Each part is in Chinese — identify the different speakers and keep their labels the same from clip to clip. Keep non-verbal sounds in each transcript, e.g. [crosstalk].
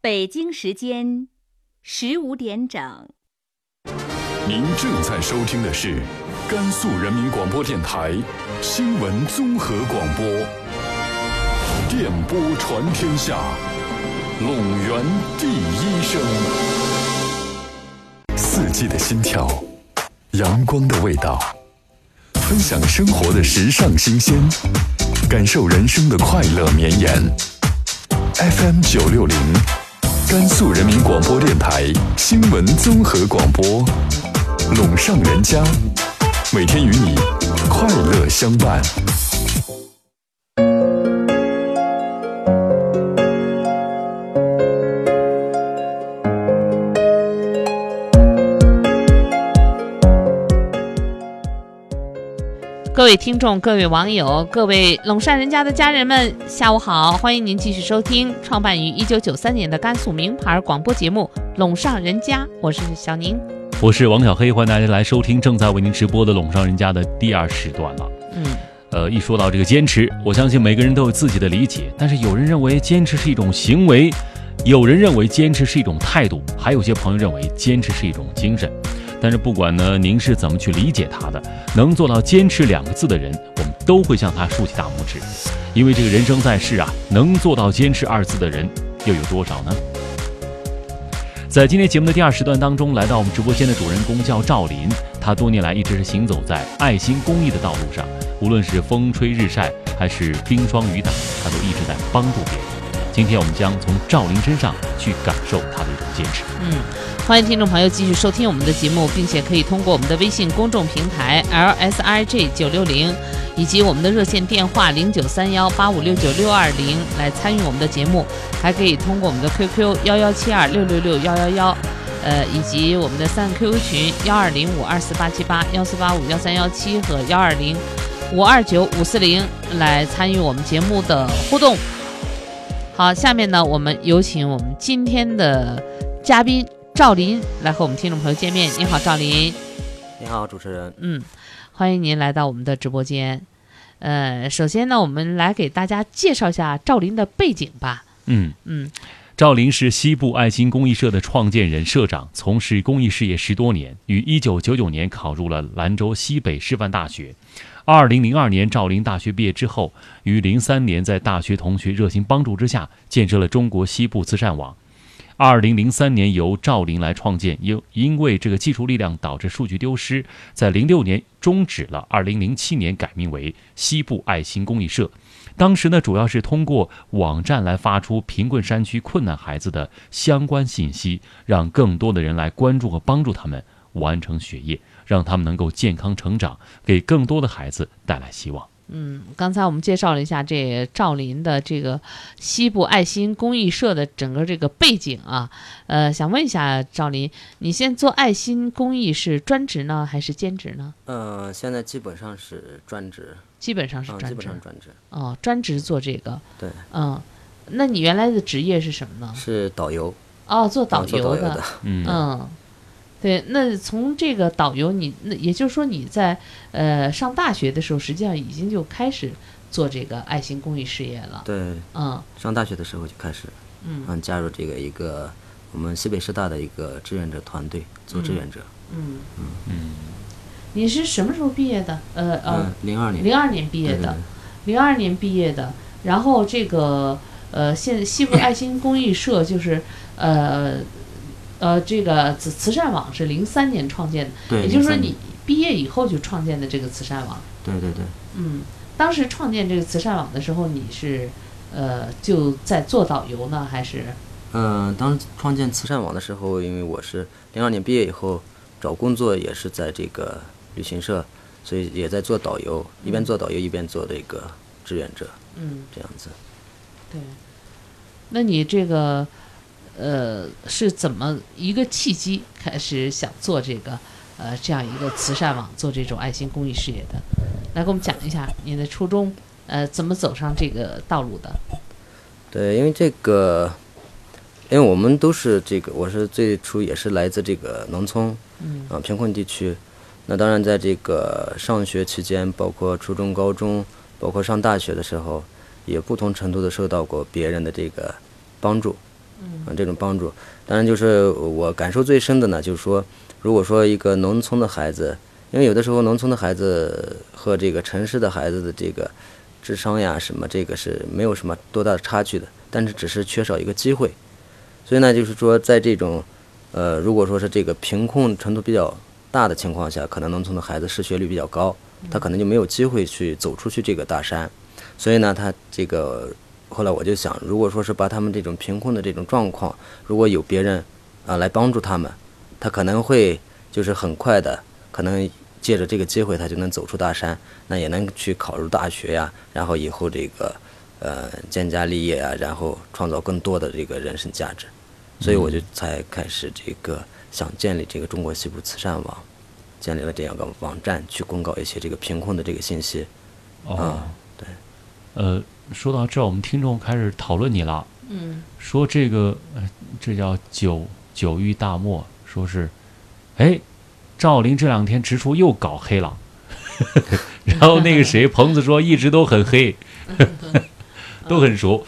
Speaker 1: 北京时间十五点整。
Speaker 2: 您正在收听的是甘肃人民广播电台新闻综合广播，电波传天下，陇源第一声。四季的心跳，阳光的味道，分享生活的时尚新鲜，感受人生的快乐绵延。FM 九六零，甘肃人民广播电台新闻综合广播，陇上人家，每天与你快乐相伴。
Speaker 3: 各位听众、各位网友、各位陇山人家的家人们，下午好！欢迎您继续收听创办于一九九三年的甘肃名牌广播节目《陇上人家》，我是小宁。
Speaker 4: 我是王小黑，欢迎大家来收听正在为您直播的《陇上人家》的第二时段啊了。
Speaker 3: 嗯，
Speaker 4: 呃，一说到这个坚持，我相信每个人都有自己的理解，但是有人认为坚持是一种行为，有人认为坚持是一种态度，还有些朋友认为坚持是一种精神。但是不管呢，您是怎么去理解它的，能做到“坚持”两个字的人，我们都会向他竖起大拇指，因为这个人生在世啊，能做到“坚持”二字的人又有多少呢？在今天节目的第二时段当中，来到我们直播间的主人公叫赵林，他多年来一直是行走在爱心公益的道路上，无论是风吹日晒还是冰霜雨打，他都一直在帮助别人。今天我们将从赵林身上去感受他的一种坚持。
Speaker 3: 嗯欢迎听众朋友继续收听我们的节目，并且可以通过我们的微信公众平台 LSIG 九六零，以及我们的热线电话零九三幺八五六九六二零来参与我们的节目，还可以通过我们的 QQ 幺幺七二六六六幺幺幺。呃，以及我们的三个 QQ 群幺二零五二四八七八幺四八五幺三幺七和幺二零五二九五四零来参与我们节目的互动。好，下面呢，我们有请我们今天的嘉宾赵林来和我们听众朋友见面。你好，赵林，
Speaker 5: 你好，主持人。
Speaker 3: 嗯，欢迎您来到我们的直播间。呃，首先呢，我们来给大家介绍一下赵林的背景吧。
Speaker 4: 嗯，
Speaker 3: 嗯
Speaker 4: 赵林是西部爱心公益社的创建人、社长，从事公益事业十多年，于一九九九年考入了兰州西北师范大学。二零零二年，赵林大学毕业之后，于零三年在大学同学热心帮助之下，建设了中国西部慈善网。二零零三年由赵林来创建，因因为这个技术力量导致数据丢失，在零六年终止了。二零零七年改名为西部爱心公益社。当时呢，主要是通过网站来发出贫困山区困难孩子的相关信息，让更多的人来关注和帮助他们完成学业，让他们能够健康成长，给更多的孩子带来希望。
Speaker 3: 嗯，刚才我们介绍了一下这赵林的这个西部爱心公益社的整个这个背景啊。呃，想问一下赵林，你现在做爱心公益是专职呢，还是兼职呢？
Speaker 5: 嗯、现在基本上是专职，
Speaker 3: 基本上是
Speaker 5: 嗯，
Speaker 3: 专
Speaker 5: 基本
Speaker 3: 职。
Speaker 5: 上专职，
Speaker 3: 哦，专职做这个。
Speaker 5: 对。
Speaker 3: 嗯，那你原来的职业是什么呢？
Speaker 5: 是导游，
Speaker 3: 哦，做导
Speaker 5: 嗯做
Speaker 3: 游
Speaker 5: 导游的。
Speaker 4: 嗯
Speaker 3: 嗯，对，那从这个导游你，那也就是说你在呃上大学的时候，实际上已经就开始做这个爱心公益事业了。
Speaker 5: 对，
Speaker 3: 嗯
Speaker 5: 上大学的时候就开始，
Speaker 3: 嗯
Speaker 5: 嗯，加入这个一个我们西北师大的一个志愿者团队做志愿者。
Speaker 3: 嗯嗯，你是什么时候毕业的？呃
Speaker 5: 嗯
Speaker 3: 呃，，
Speaker 5: 零二年。
Speaker 3: 零二年毕业的，零二年毕业的。然后这个呃，现西部爱心公益社就是呃呃这个慈慈善网是零三年创建的，
Speaker 5: 对，
Speaker 3: 也就是说
Speaker 5: 03
Speaker 3: 你毕业以后就创建的这个慈善网。
Speaker 5: 对对对，
Speaker 3: 嗯，当时创建这个慈善网的时候，你是呃就在做导游呢，还是
Speaker 5: 嗯、当时创建慈善网的时候，因为我是零二年毕业以后找工作也是在这个旅行社，所以也在做导游，一边做导游一边做这个志愿者，
Speaker 3: 嗯
Speaker 5: 这样子。
Speaker 3: 对？那你这个呃是怎么一个契机开始想做这个呃这样一个慈善网，做这种爱心公益事业的？来给我们讲一下你的初衷，呃，怎么走上这个道路的？
Speaker 5: 对，因为这个，因为我们都是这个，我是最初也是来自这个农村，
Speaker 3: 嗯
Speaker 5: 啊，贫困地区。那当然，在这个上学期间，包括初中、高中，包括上大学的时候，也不同程度的受到过别人的这个帮助。嗯，这种帮助。当然，就是我感受最深的呢，就是说，如果说一个农村的孩子，因为有的时候农村的孩子和这个城市的孩子的这个智商呀什么，这个是没有什么多大的差距的，但是只是缺少一个机会。所以呢，就是说，在这种呃，如果说是这个贫困程度比较大的情况下，可能农村的孩子失学率比较高，他可能就没有机会去走出去这个大山。所以呢，他这个后来我就想，如果说是把他们这种贫困的这种状况，如果有别人啊、来帮助他们，他可能会就是很快的，可能借着这个机会，他就能走出大山，那也能去考入大学呀、然后以后这个呃建家立业啊，然后创造更多的这个人生价值。所以我就才开始这个想建立这个中国西部慈善网，建立了这样个网站去公告一些这个贫困的这个信息。
Speaker 4: 哦
Speaker 5: 啊，对。
Speaker 4: 呃，说到这儿，我们听众开始讨论你了，
Speaker 3: 嗯，
Speaker 4: 说这个，呃、这叫九九域大漠，说是，哎，赵林这两天直出又搞黑了， [laughs] 然后那个谁彭子说一直都很黑，
Speaker 3: 嗯
Speaker 4: [laughs] 都很熟，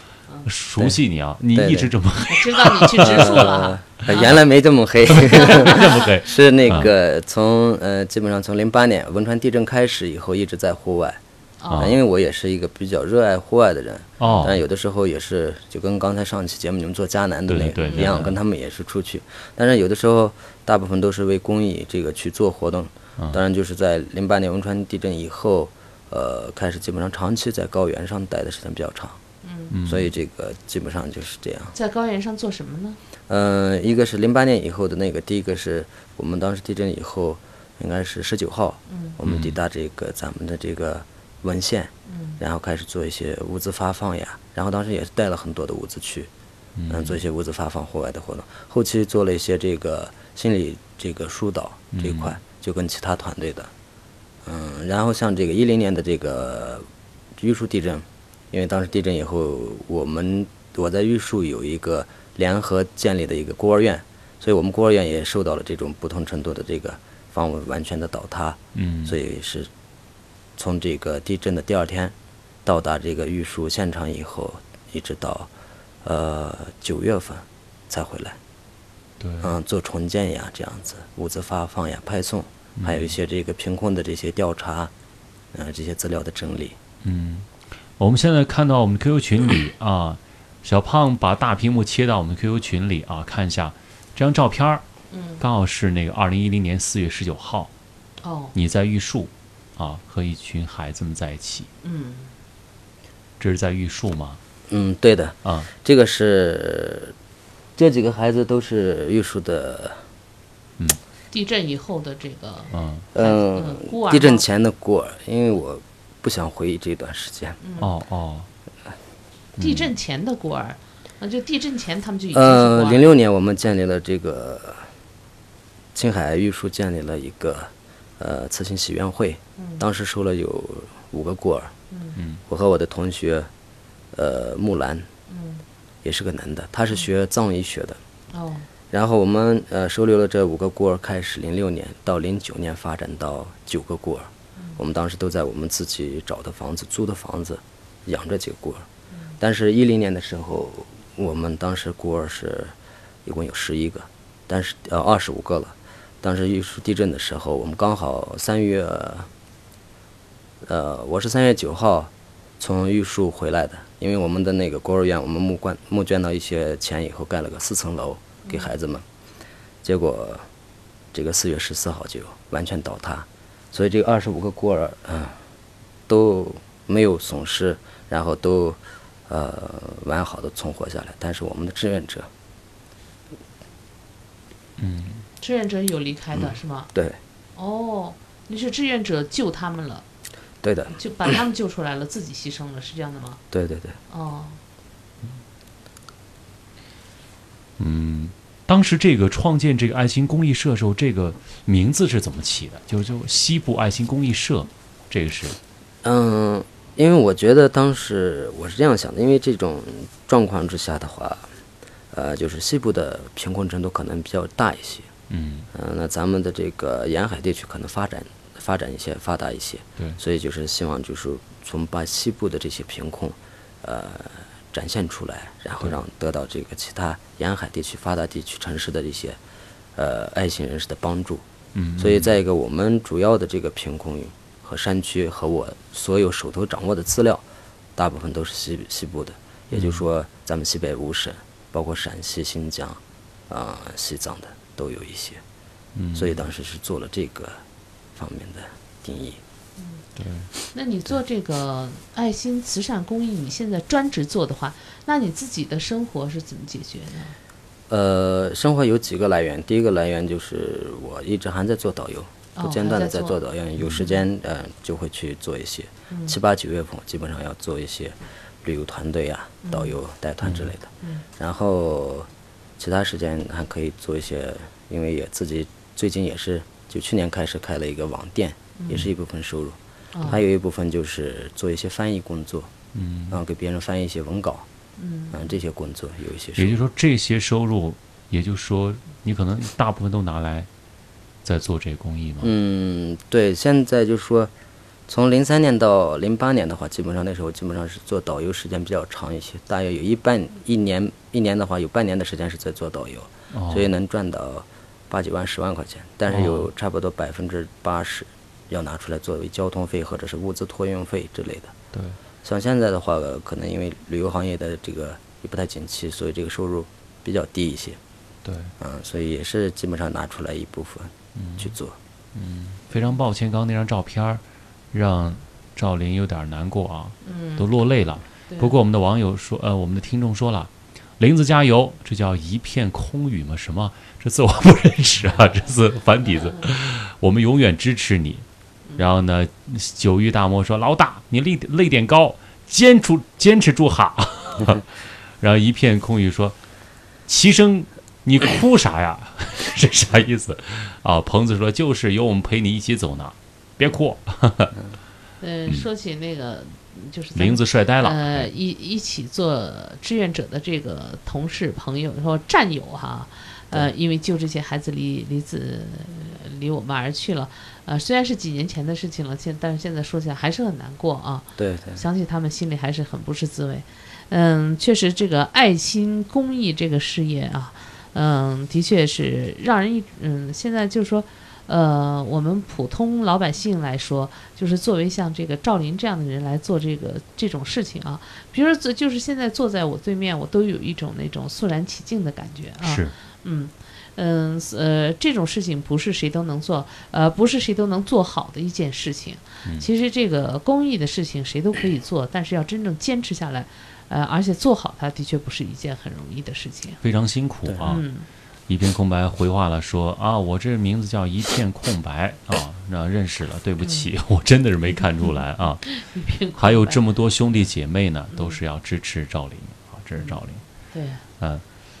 Speaker 4: 熟悉你啊，你
Speaker 5: 对
Speaker 4: 一直这么黑，
Speaker 3: 我知道你去植树了哈，
Speaker 5: [laughs] 呃，原来没这
Speaker 4: [laughs]
Speaker 5: 么黑，
Speaker 4: 这么黑，
Speaker 5: [laughs]
Speaker 4: 啊
Speaker 5: 是那个从呃，基本上从零八年汶川地震开始以后，一直在户外。
Speaker 4: 啊
Speaker 5: 呃因为我也是一个比较热爱户外的人，但
Speaker 4: 哦，
Speaker 5: 有的时候也是就跟刚才上期节目你们做迦南的那
Speaker 4: 对对
Speaker 5: 个
Speaker 4: 对
Speaker 5: 一样，
Speaker 4: 对
Speaker 5: 跟他们也是出去，但是有的时候大部分都是为公益这个去做活动。
Speaker 4: 啊
Speaker 5: 当然，就是在零八年汶川地震以后，呃，开始基本上长期在高原上待的时间比较长，嗯，所以这个基本上就是这样。
Speaker 3: 在高原上做什么呢？
Speaker 5: 嗯，一个是零八年以后的那个，第一个是我们当时地震以后，应该是十九号，我们抵达这个咱们的这个文县，然后开始做一些物资发放呀，然后当时也是带了很多的物资去，嗯，做一些物资发放户外的活动。后期做了一些这个心理这个疏导这一块，就跟其他团队的，嗯，然后像这个一零年的这个玉树地震，因为当时地震以后，我们我在玉树有一个联合建立的一个孤儿院，所以我们孤儿院也受到了这种不同程度的这个房屋完全的倒塌，
Speaker 4: 嗯，
Speaker 5: 所以是从这个地震的第二天到达这个玉树现场以后，一直到呃九月份才回来。
Speaker 4: 对，
Speaker 5: 嗯，做重建呀，这样子物资发放呀、派送，还有一些这个贫困的这些调查，呃，这些资料的整理。
Speaker 4: 我们现在看到我们 QQ 群里啊，小胖把大屏幕切到我们 QQ 群里啊，看一下这张照片儿，
Speaker 3: 嗯，
Speaker 4: 刚好是那个二零一零年四月十九号，
Speaker 3: 哦，
Speaker 4: 你在玉树啊，和一群孩子们在一起，
Speaker 3: 嗯，
Speaker 4: 这是在玉树吗？
Speaker 5: 嗯，对的，
Speaker 4: 啊，
Speaker 5: 这个是这几个孩子都是玉树的，
Speaker 3: 地震以后的这个，
Speaker 4: 嗯，
Speaker 5: 嗯
Speaker 3: 孤儿，吗
Speaker 5: 地震前的孤儿，因为我不想回忆这段时间。
Speaker 4: 哦哦，
Speaker 3: 地震前的孤儿，那就地震前他们就已经是
Speaker 5: 呃，
Speaker 3: 孤
Speaker 5: 零
Speaker 3: 儿，
Speaker 5: 六年我们建立了这个青海玉树建立了一个呃慈心喜愿会，
Speaker 3: 嗯
Speaker 5: 当时收了有五个孤儿，嗯，我和我的同学，呃，木兰，
Speaker 3: 嗯，
Speaker 5: 也是个男的，他是学藏医学的，
Speaker 3: 哦，
Speaker 5: 然后我们呃收留了这五个孤儿，开始零六年到零九年发展到九个孤儿，我们当时都在我们自己找的房子、租的房子，养着几个孤儿。但是，一零年的时候，我们当时孤儿是一共有十一个，但是呃二十五个了。当时玉树地震的时候，我们刚好三月，呃，我是三月九号从玉树回来的，因为我们的那个孤儿院，我们募捐募捐到一些钱以后，盖了个四层楼给孩子们，结果这个四月十四号就完全倒塌，所以这二十五个孤儿，嗯、都没有损失，然后都呃完好的存活下来。但是我们的志愿者，
Speaker 3: 志愿者有离开的是吗？
Speaker 5: 对
Speaker 3: 哦，你是志愿者救他们了，
Speaker 5: 对的，
Speaker 3: 就把他们救出来了，自己牺牲了，是这样的吗？
Speaker 5: 对对对，
Speaker 3: 哦，
Speaker 4: 当时这个创建这个爱心公益社的时候，这个名字是怎么起的？就是就西部爱心公益社，这个是
Speaker 5: 嗯，因为我觉得当时我是这样想的，因为这种状况之下的话，呃，就是西部的贫困程度可能比较大一些，
Speaker 4: 嗯，
Speaker 5: 嗯、那咱们的这个沿海地区可能发展发展一些发达一些，
Speaker 4: 对
Speaker 5: 所以就是希望就是从把西部的这些贫困，呃，展现出来，然后让得到这个其他沿海地区、发达地区城市的一些呃爱心人士的帮助。
Speaker 4: 嗯，
Speaker 5: 所以再一个，我们主要的这个贫困和山区和我所有手头掌握的资料，大部分都是西西部的，
Speaker 4: 嗯
Speaker 5: 也就是说，咱们西北五省，包括陕西、新疆，啊、西藏的都有一些。
Speaker 4: 嗯
Speaker 5: 所以当时是做了这个方面的定义。
Speaker 4: 对，
Speaker 3: 那你做这个爱心慈善公益，你现在专职做的话，那你自己的生活是怎么解决的？
Speaker 5: 呃，生活有几个来源，第一个来源就是我一直还在做导游，
Speaker 3: 哦
Speaker 5: 不间断的
Speaker 3: 还在
Speaker 5: 在
Speaker 3: 做嗯
Speaker 5: 做导游，有时间呃就会去做一些。七八九月份基本上要做一些旅游团队啊、
Speaker 3: 嗯
Speaker 5: 导游带团之类的。然后其他时间还可以做一些，因为也自己最近也是就去年开始开了一个网店，也是一部分收入。
Speaker 3: 嗯
Speaker 5: 还有一部分就是做一些翻译工作，
Speaker 4: 嗯，
Speaker 5: 然后给别人翻译一些文稿，
Speaker 3: 嗯，
Speaker 5: 嗯，这些工作有一些收
Speaker 4: 也
Speaker 5: 入。
Speaker 4: 就是说这些收入，也就是说你可能大部分都拿来在做这个公益嘛。
Speaker 5: 嗯，对，现在就是说，从零三年到零八年的话，基本上那时候基本上是做导游时间比较长一些，大约有一半一年一年的话，有半年的时间是在做导游，
Speaker 4: 哦
Speaker 5: 所以能赚到八九万、十万块钱，但是有差不多百分之八十要拿出来作为交通费或者是物资托运费之类的。
Speaker 4: 对，
Speaker 5: 像现在的话，呃可能因为旅游行业的这个也不太景气，所以这个收入比较低一些，
Speaker 4: 对，
Speaker 5: 嗯，所以也是基本上拿出来一部分去做。
Speaker 4: 非常抱歉，刚刚那张照片儿让赵琳有点难过啊，都落泪了。不过我们的网友说，呃，我们的听众说了，林子加油，这叫一片空语吗？什么？这字我不认识啊，这字繁体字。我们永远支持你。然后呢，九域大魔说，老大，你泪泪点高，坚持坚持住哈。然后一片空语说，齐声，你哭啥呀？ [laughs] 这啥意思？啊，鹏子说就是有我们陪你一起走呢，别哭。
Speaker 3: 啊呃，说起那个，就是咱们
Speaker 4: 林子帅呆了，啊
Speaker 3: 呃，一一起做志愿者的这个同事、朋友，然后战友哈，呃，因为救这些孩子离离子离我们而去了，呃，虽然是几年前的事情了，现但是现在说起来还是很难过啊。
Speaker 5: 对对，
Speaker 3: 想起他们心里还是很不是滋味。嗯，确实，这个爱心公益这个事业啊，嗯，的确是让人一嗯，现在就是说，呃，我们普通老百姓来说，就是作为像这个赵林这样的人来做这个这种事情啊，比如说坐，就是现在坐在我对面，我都有一种那种肃然起敬的感觉啊。
Speaker 4: 是
Speaker 3: 嗯。嗯呃，这种事情不是谁都能做，呃，不是谁都能做好的一件事情。
Speaker 4: 嗯
Speaker 3: 其实这个公益的事情谁都可以做，但是要真正坚持下来，呃，而且做好它的确不是一件很容易的事情。
Speaker 4: 非常辛苦啊。
Speaker 3: 嗯，
Speaker 4: 一片空白回话了说啊，我这名字叫一片空白啊，那认识了，对不起，
Speaker 3: 嗯
Speaker 4: [laughs] 我真的是没看出来啊。
Speaker 3: 一片空白
Speaker 4: 还有这么多兄弟姐妹呢，
Speaker 3: 嗯
Speaker 4: 都是要支持赵琳啊，支持赵琳。
Speaker 3: 对，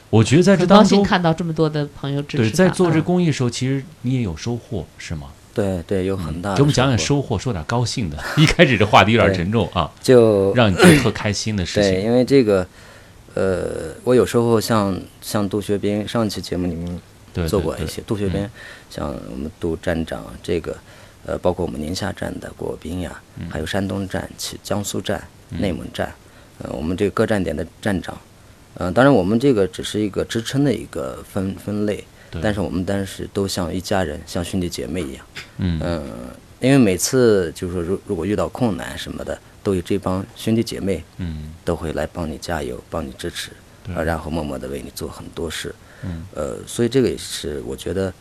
Speaker 4: 我觉得在这
Speaker 3: 嗯很高
Speaker 4: 当
Speaker 3: 兴
Speaker 4: 中，
Speaker 3: 看到这么多的朋友支持
Speaker 4: 对，
Speaker 3: 他
Speaker 4: 在做这
Speaker 3: 嗯
Speaker 4: 公益的时候，其实你也有收获，是吗？
Speaker 5: 对对，有很大的。
Speaker 4: 嗯给我们讲讲。啊收获，说点高兴的。 [laughs] 一开始这话题有点沉重啊，
Speaker 5: 就
Speaker 4: 让你觉得特开心的事
Speaker 5: 对，
Speaker 4: 情。
Speaker 5: 因为这个，呃，我有时候像像杜学兵上期节目里面
Speaker 4: 对，
Speaker 5: 做
Speaker 4: 对
Speaker 5: 过一
Speaker 4: 对嗯
Speaker 5: 些杜学兵，像我们杜站长啊这个，呃，包括我们宁夏站的国兵呀，
Speaker 4: 嗯
Speaker 5: 还有山东站、其江苏站、内蒙站，呃，我们这个各站点的站长，呃，当然我们这个只是一个支撑的一个分分类，
Speaker 4: 对
Speaker 5: 但是我们当时都像一家人，像兄弟姐妹一样。
Speaker 4: 嗯，
Speaker 5: 嗯，因为每次就是说，如如果遇到困难什么的，都有这帮兄弟姐妹，
Speaker 4: 嗯，
Speaker 5: 都会来帮你加油，帮你支持，
Speaker 4: 对
Speaker 5: 呃然后默默地为你做很多事，嗯，呃，所以这个也是我觉得，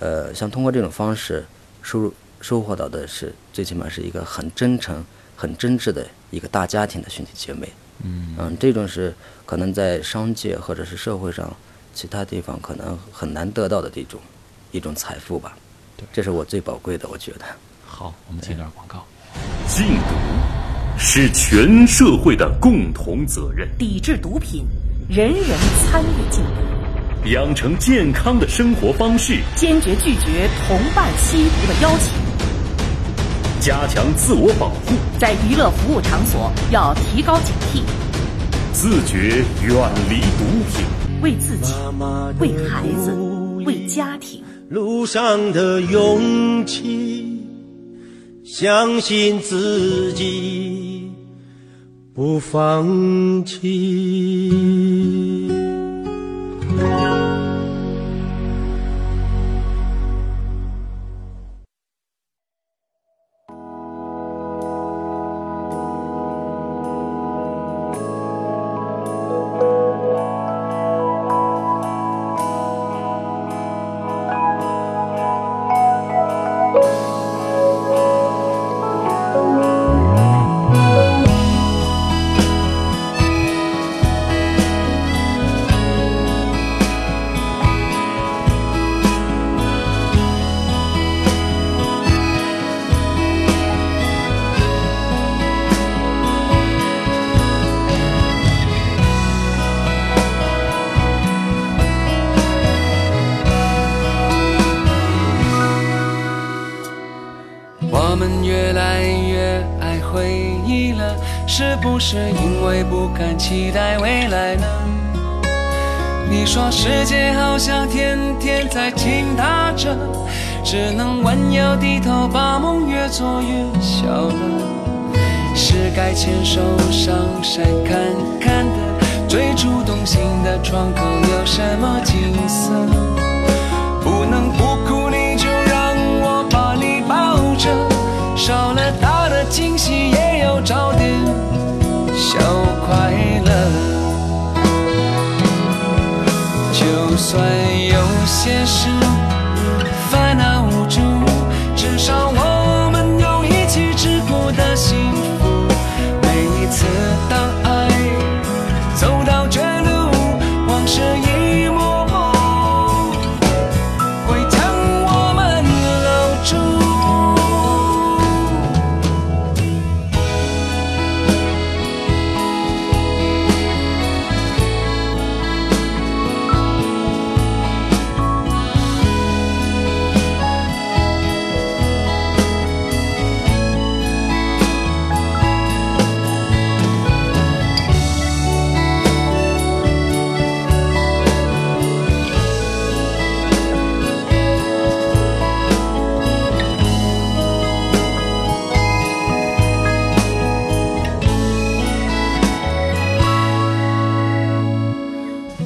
Speaker 5: 呃，像通过这种方式收入收获到的是，最起码是一个很真诚、很真挚的一个大家庭的兄弟姐妹，嗯这种是可能在商界或者是社会上其他地方可能很难得到的这种一种财富吧，
Speaker 4: 对
Speaker 5: 这是我最宝贵的，我觉得。
Speaker 4: 好，我们接段广告。
Speaker 2: 禁毒是全社会的共同责任。
Speaker 6: 抵制毒品，人人参与禁毒，
Speaker 2: 养成健康的生活方式，
Speaker 6: 坚决拒绝同伴吸毒的邀请。
Speaker 2: 加强自我保护，
Speaker 6: 在娱乐服务场所要提高警惕，
Speaker 2: 自觉远离毒品。
Speaker 6: 为自己、为孩子、为家庭
Speaker 7: 路上的勇气，相信自己，不放弃。
Speaker 8: 我们越来越爱回忆了，是不是因为不敢期待未来呢？你说世界好像天天在倾塌着，只能弯腰低头，把梦越做越小了。是该牵手上山看看的，最触动心的窗口有什么景色？不能不哭，你就让我把你抱着。少了他的惊喜，也要找点小快乐。就算有些事烦恼无助，至少我们有一起吃过的幸福。每一次当爱走到绝路，往事一幕幕。会将我们留住。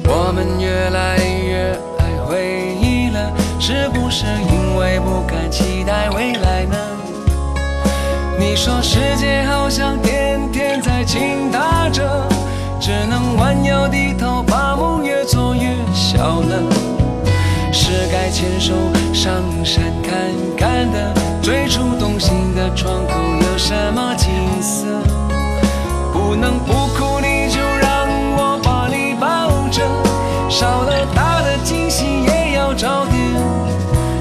Speaker 8: 我们越来越爱回忆了，是不是因为不敢期待未来呢？你说世界好像天天在倾塌着，只能弯腰低头，把梦越做越小了。是该牵手上山看看的，最触动心的窗口有什么景色？不能不哭，你就让我把你抱着。少了他的惊喜，也要找点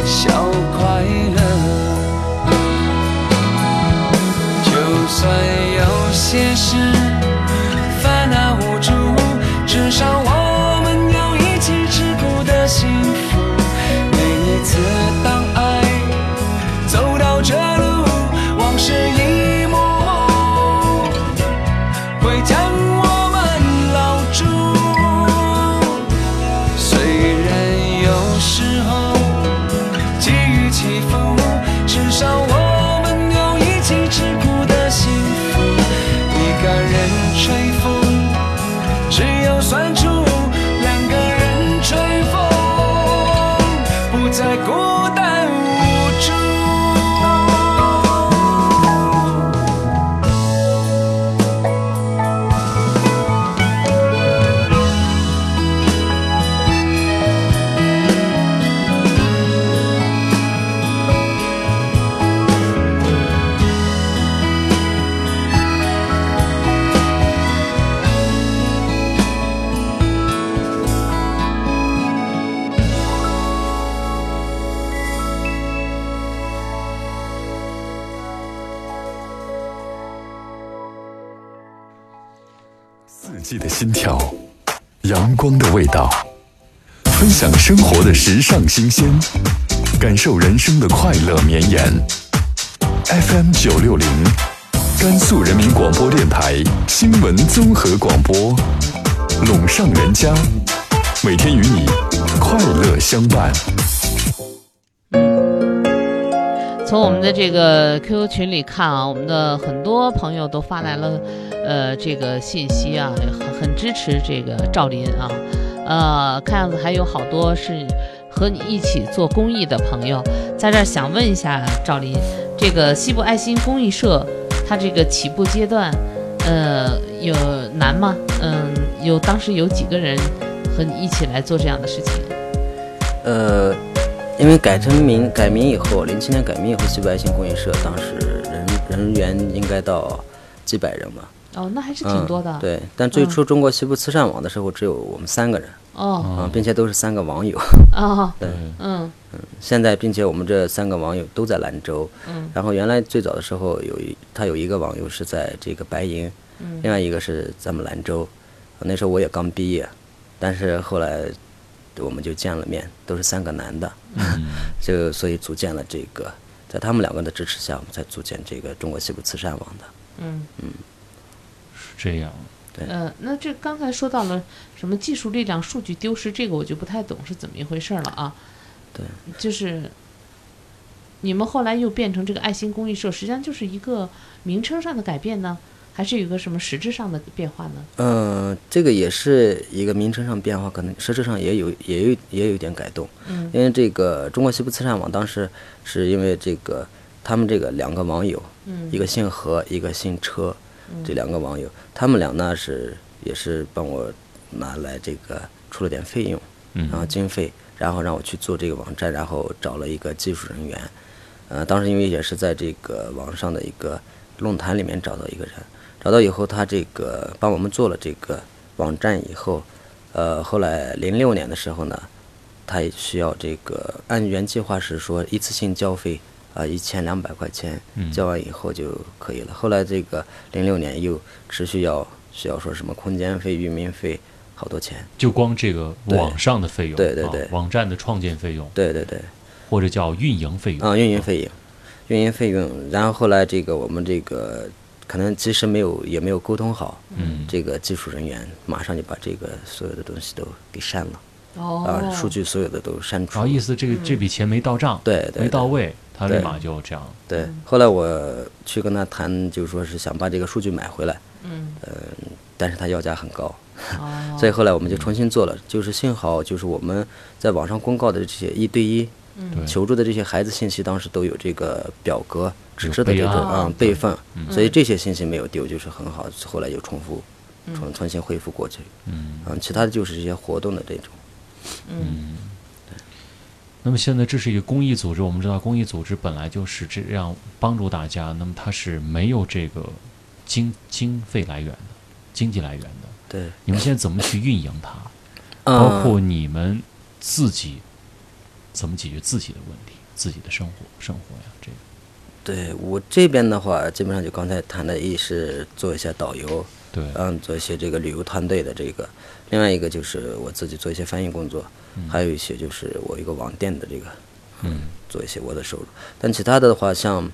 Speaker 8: 小快乐。就算有些事烦恼无助，至少我们有一起吃苦的幸福。每一次当爱走到这路，往事一幕幕。会将我们牢住。虽然有时候际遇起伏，至少我们有一起吃苦的幸福。一个人吹风，只有酸楚；两个人吹风，不再孤单无助。
Speaker 2: 四季的心跳，阳光的味道，分享生活的时尚新鲜，感受人生的快乐绵延。FM 九六零，甘肃人民广播电台新闻综合广播，陇上人家，每天与你快乐相伴。
Speaker 3: 从我们的这个 QQ 群里看啊，我们的很多朋友都发来了，呃，这个信息啊，很很支持这个赵林啊，呃，看样子还有好多是和你一起做公益的朋友，在这儿想问一下赵林，这个西部爱心公益社，它这个起步阶段，呃，有难吗？嗯，有当时有几个人和你一起来做这样的事情？
Speaker 5: 呃，因为改成名改名以后，零七年改名以后，西北爱心公益社当时人人员应该到几百人吧，
Speaker 3: 哦，那还是
Speaker 5: 嗯
Speaker 3: 挺多的。，
Speaker 5: 对，但最
Speaker 3: 嗯
Speaker 5: 初中国西部慈善网的时候，只有我们三个人
Speaker 3: 哦
Speaker 5: 啊、并且都是三个网友。
Speaker 3: 哦，
Speaker 5: 对，
Speaker 3: 嗯
Speaker 5: 现在并且我们这三个网友都在兰州，
Speaker 3: 嗯
Speaker 5: 然后原来最早的时候有一他有一个网友是在这个白银，另外一个是咱们兰州，那时候我也刚毕业，但是后来我们就见了面，都是三个男的， [laughs] 就所以组建了这个，在他们两个的支持下，我们才组建这个中国西部慈善网的。
Speaker 3: 嗯。
Speaker 4: 是这样。
Speaker 3: 呃，那这刚才说到了什么技术力量、数据丢失，这个我就不太懂是怎么一回事儿了啊。
Speaker 5: 对，
Speaker 3: 就是你们后来又变成这个爱心公益社，实际上就是一个名称上的改变呢，还是有一个什么实质上的变化呢？
Speaker 5: 嗯，这个也是一个名称上变化，可能实质上也有也有也有一点改动。
Speaker 3: 嗯，
Speaker 5: 因为这个中国西部慈善网当时是因为这个他们这个两个网友，
Speaker 3: 嗯
Speaker 5: 一个姓何，一个姓车，这两个网友，他们俩呢是也是帮我拿来这个出了点费用，
Speaker 4: 嗯
Speaker 5: 然后经费，然后让我去做这个网站，然后找了一个技术人员，呃，当时因为也是在这个网上的一个论坛里面找到一个人，找到以后他这个帮我们做了这个网站以后，呃，后来零六年的时候呢，他也需要这个按原计划是说一次性交费啊一千两百块钱，交完以后就可以了。后来这个零六年又持续要需要说什么空间费、域名费，好多钱。
Speaker 4: 就光这个
Speaker 5: 对
Speaker 4: 网上的费用，
Speaker 5: 对对
Speaker 4: 啊
Speaker 5: 对
Speaker 4: 网站的创建费用，
Speaker 5: 对对对。
Speaker 4: 或者叫运营费用，
Speaker 5: 啊，运营费用，运营费用。然后后来这个我们这个可能其实没有也没有沟通好，嗯，这个技术人员马上就把这个所有的东西都给删了，
Speaker 3: 哦
Speaker 5: 啊，数据所有的都删
Speaker 4: 然
Speaker 5: 除
Speaker 4: 后。哦意思这个这笔钱没到账，
Speaker 5: 对对对
Speaker 4: 没到位，他立
Speaker 5: 对
Speaker 4: 马就这样，
Speaker 5: 对，
Speaker 3: 嗯
Speaker 5: 后来我去跟他谈，就说是想把这个数据买回来，呃
Speaker 3: 嗯，
Speaker 5: 但是他要价很高，
Speaker 3: 哦，
Speaker 5: 所以后来我
Speaker 4: 嗯
Speaker 5: 们就重新做了。就是幸好就是我们在网上公告的这些一对一。
Speaker 4: 对
Speaker 5: 求助的这些孩子信息，当时都有这个表格纸质的
Speaker 4: 有
Speaker 5: 这
Speaker 4: 备
Speaker 5: 种
Speaker 4: 案嗯
Speaker 5: 啊备份，所以这些信息没有丢，就是很好。后来又重复，重重新恢复过去。
Speaker 4: 嗯，
Speaker 5: 嗯，其他的就是这些活动的这种。嗯
Speaker 4: 那么现在这是一个公益组织，我们知道公益组织本来就是这样帮助大家，那么它是没有这个经经费来源的，经济来源的。
Speaker 5: 对，
Speaker 4: 你们现在怎么去运营它？
Speaker 5: 嗯
Speaker 4: 包括你们自己怎么解决自己的问题，自己的生活生活呀，这个
Speaker 5: 对我这边的话，基本上就刚才谈的，一是做一些导游，
Speaker 4: 对，
Speaker 5: 嗯，做一些这个旅游团队的这个，另外一个就是我自己做一些翻译工作，
Speaker 4: 嗯
Speaker 5: 还有一些就是我一个网店的这个，嗯，做一些我的收入。但其他的话，像，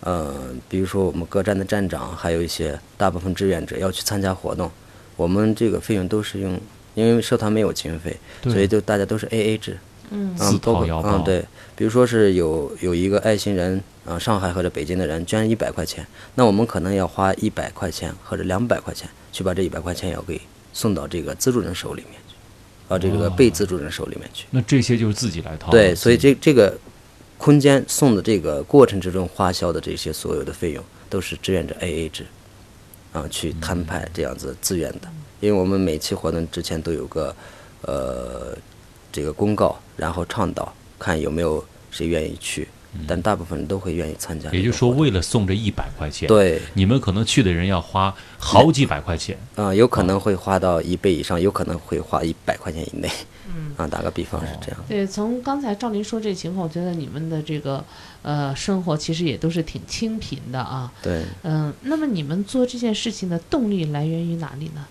Speaker 5: 呃，比如说我们各站的站长，还有一些大部分志愿者要去参加活动，我们这个费用都是用，因为社团没有经费，
Speaker 4: 对
Speaker 5: 所以就大家都是 A A 制，
Speaker 4: 自
Speaker 5: 嗯，包
Speaker 4: 掏
Speaker 5: 括
Speaker 4: 腰包
Speaker 5: 嗯，对，比如说是有有一个爱心人，啊、上海或者北京的人捐一百块钱，那我们可能要花一百块钱或者两百块钱去把这一百块钱要给送到这个资助人手里面去，啊，这
Speaker 4: 哦
Speaker 5: 个被资助人手里面去。
Speaker 4: 那这些就是自己来掏。
Speaker 5: 对，啊所以
Speaker 4: 自己
Speaker 5: 这这个空间送的这个过程之中花销的这些所有的费用都是志愿者 AA 制，啊，去摊派这样子自愿的，因为我们每期活动之前都有个呃这个公告，然后倡导看有没有谁愿意去，但大部分人都会愿意参加这个活动。
Speaker 4: 也就是说，为了送这一百块钱，，
Speaker 5: 对，
Speaker 4: 你们可能去的人要花好几百块钱，
Speaker 5: 啊、有可能会花到一倍以上，有可能会花一百块钱以内，啊，打个比方是这样。
Speaker 3: 对，从刚才赵林说这情况，我觉得你们的这个呃生活其实也都是挺清贫的啊。
Speaker 5: 对，
Speaker 3: 嗯，那么你们做这件事情的动力来源于哪里呢？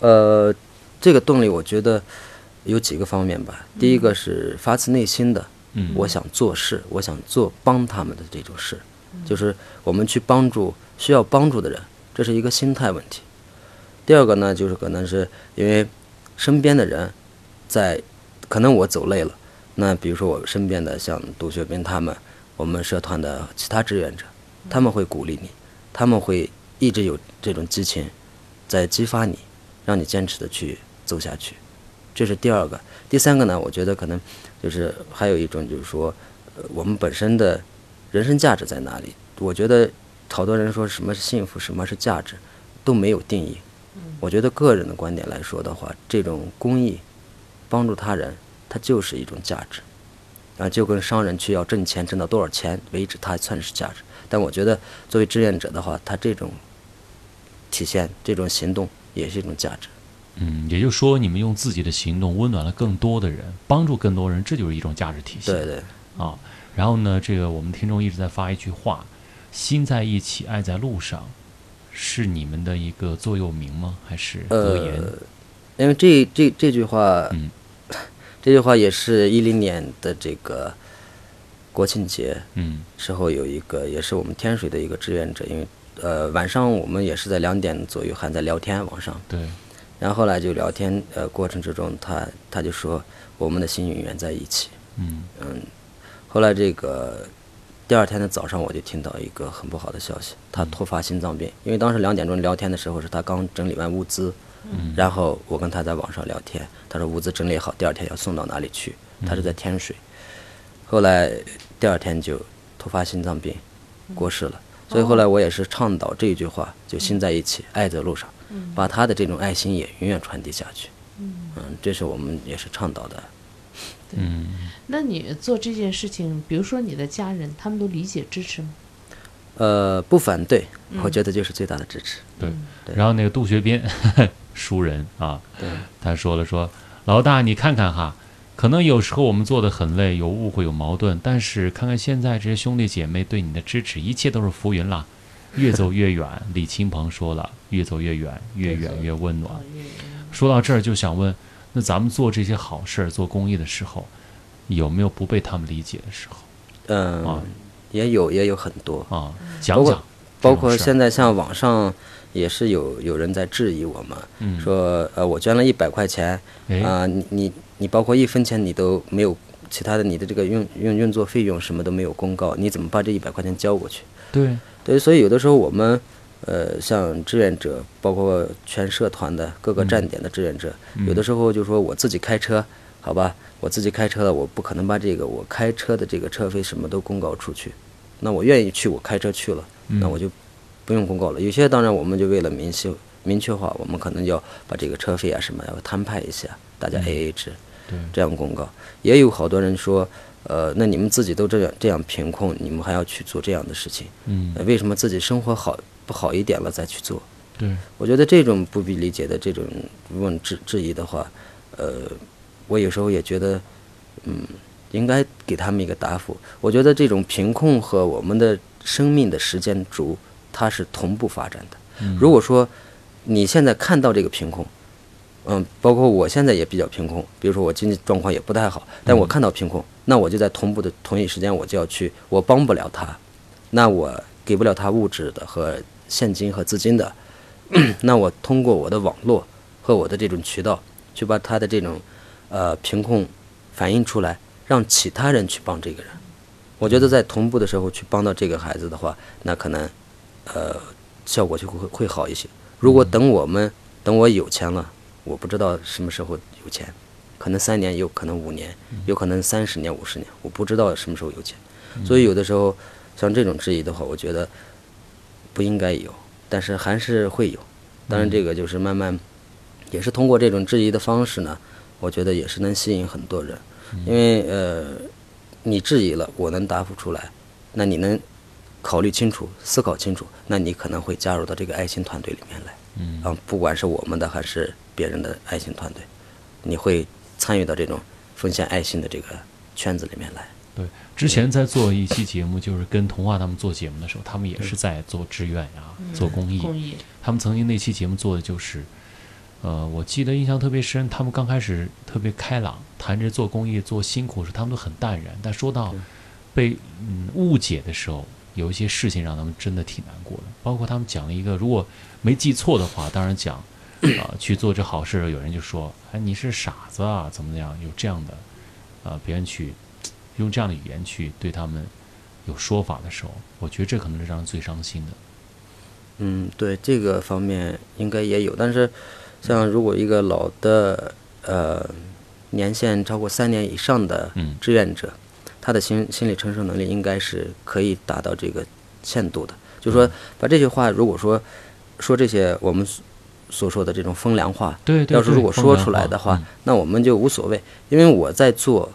Speaker 5: 呃，这个动力我觉得有几个方面吧。第一个是发自内心的，
Speaker 4: 嗯
Speaker 5: 我想做事，我想做帮他们的这种事，就是我们去帮助需要帮助的人，这是一个心态问题。第二个呢，就是可能是因为身边的人在，可能我走累了，那比如说我身边的像杜学斌他们，我们社团的其他志愿者，他们会鼓励你，他们会一直有这种激情，在激发你，让你坚持的去走下去。这是第二个，第三个呢？我觉得可能就是还有一种就是说，呃，我们本身的人生价值在哪里？我觉得好多人说什么是幸福，什么是价值，都没有定义。我觉得个人的观点来说的话，这种公益帮助他人，它就是一种价值。啊，就跟商人去要挣钱，挣到多少钱为止，它算是价值。但我觉得作为志愿者的话，他这种体现、这种行动也是一种价值。
Speaker 4: 嗯，也就是说，你们用自己的行动温暖了更多的人，帮助更多人，这就是一种价值体现。
Speaker 5: 对对，
Speaker 4: 啊，然后呢，这个我们听众一直在发一句话：“心在一起，爱在路上”，是你们的一个座右铭吗？还是格言？
Speaker 5: 呃，因为这这这句话，
Speaker 4: 嗯
Speaker 5: [laughs] 这句话也是一零年的这个国庆节
Speaker 4: 嗯
Speaker 5: 时候有一个，也是我们天水的一个志愿者，因为呃晚上我们也是在两点左右还在聊天网上，
Speaker 4: 对，
Speaker 5: 然后后来就聊天呃过程之中，他他就说我们的心永远在一起。
Speaker 4: 嗯
Speaker 5: 后来这个第二天的早上，我就听到一个很不好的消息，他突发心脏病。因为当时两点钟聊天的时候，是他刚整理完物资，然后我跟他在网上聊天，他说物资整理好，第二天要送到哪里去？他是在天水。后来第二天就突发心脏病，过世了。所以后来我也是倡导这一句话，就心在一起，爱在路上，把他的这种爱心也永远传递下去。嗯，这是我们也是倡导的。
Speaker 4: 嗯
Speaker 3: 那你做这件事情，比如说你的家人，他们都理解支持吗？
Speaker 5: 呃，不反对，我觉得就是最大的支持。
Speaker 4: 对。
Speaker 5: 对
Speaker 4: 然后那个杜学斌， [laughs] 熟人啊，
Speaker 5: 对，
Speaker 4: 他说了说：“老大，你看看哈，可能有时候我们做的很累，有误会，有矛盾，但是看看现在这些兄弟姐妹对你的支持，一切都是浮云啦，越走越远。”李青鹏说了：“越走越远，越远越温暖。”说到这儿，就想问，那咱们做这些好事儿、做公益的时候，有没有不被他们理解的时候
Speaker 5: 嗯，
Speaker 4: 啊
Speaker 5: 也有也有很多，
Speaker 4: 啊？讲讲，
Speaker 5: 包括
Speaker 4: 这种事儿
Speaker 5: 现在像网上也是有有人在质疑我们，
Speaker 4: 嗯
Speaker 5: 说呃我捐了一百块钱
Speaker 4: 哎
Speaker 5: 啊、你你你包括一分钱你都没有，其他的你的这个运运运作费用什么都没有公告，你怎么把这一百块钱交过去？
Speaker 4: 对，
Speaker 5: 对，所以有的时候我们，呃，像志愿者，包括全社团的各个站点的志愿者，有的时候就说我自己开车，好吧，我自己开车了，我不可能把这个我开车的这个车费什么都公告出去，那我愿意去，我开车去了，那我就不用公告了。有些当然我们就为了明确明确化，我们可能要把这个车费啊什么要摊派一下，大家 AA 制。
Speaker 4: 对
Speaker 5: 这样公告。也有好多人说，呃，那你们自己都这样这样贫困，你们还要去做这样的事情，
Speaker 4: 嗯
Speaker 5: 呃为什么自己生活好不好一点了再去做？
Speaker 4: 对，
Speaker 5: 我觉得这种不必理解的这种问质质疑的话，呃，我有时候也觉得，嗯，应该给他们一个答复。我觉得这种贫困和我们的生命的时间轴，它是同步发展的。如果说你现在看到这个贫困，嗯，包括我现在也比较贫困，比如说我经济状况也不太好，但我看到贫困，那我就在同步的同一时间，我就要去，我帮不了他，那我给不了他物质的和现金和资金的， [clears throat] 那我通过我的网络和我的这种渠道，去把他的这种呃贫困反映出来，让其他人去帮这个人。我觉得在同步的时候去帮到这个孩子的话，那可能呃效果就会会好一些。如果等我们等我有钱了，我不知道什么时候有钱，可能三年，有可能五年，有可能三十年、五十年，我不知道什么时候有钱。所以有的时候像这种质疑的话，我觉得不应该有，但是还是会有。当然，这个就是慢慢，也是通过这种质疑的方式呢，我觉得也是能吸引很多人，因为呃，你质疑了，我能答复出来，那你能考虑清楚、思考清楚，那你可能会加入到这个爱心团队里面来。
Speaker 4: 嗯
Speaker 5: 啊，不管是我们的还是别人的爱心团队，你会参与到这种奉献爱心的这个圈子里面来。
Speaker 4: 对，之前在做一期节目，就是跟童话他们做节目的时候，他们也是在做志愿呀、做公益。
Speaker 3: 公益，
Speaker 4: 他们曾经那期节目做的就是，呃，我记得印象特别深，他们刚开始特别开朗，谈着做公益、做辛苦的时，候，他们都很淡然。但说到被嗯误解的时候，有一些事情让他们真的挺难过的。包括他们讲了一个，如果没记错的话，当然讲，
Speaker 5: [coughs]
Speaker 4: 啊、去做这好事，有人就说，哎，你是傻子啊，呃怎么怎么样，有这样的，啊、别人去用这样的语言去对他们有说法的时候，我觉得这可能是让人最伤心的。
Speaker 5: 嗯，对这个方面应该也有，但是像如果一个老的呃年限超过三年以上的
Speaker 4: 嗯
Speaker 5: 志愿者，他的心心理承受能力应该是可以达到这个限度的。就
Speaker 4: 嗯
Speaker 5: 说把这些话，如果说说这些我们所所说的这种风凉话，
Speaker 4: 对对
Speaker 5: 要是
Speaker 4: 对
Speaker 5: 如果
Speaker 4: 风
Speaker 5: 说
Speaker 4: 凉
Speaker 5: 出来
Speaker 4: 话
Speaker 5: 的话，
Speaker 4: 嗯
Speaker 5: 那我们就无所谓，因为我在做，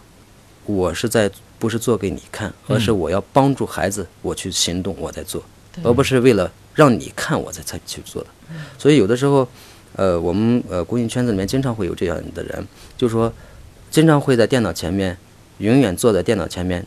Speaker 5: 我是在不是做给你看，
Speaker 4: 嗯
Speaker 5: 而是我要帮助孩子，我去行动，我在做，而呃不是为了让你看我才才去做的。所以有的时候，呃，我们呃公益圈子里面经常会有这样的人，就说经常会在电脑前面，永远坐在电脑前面。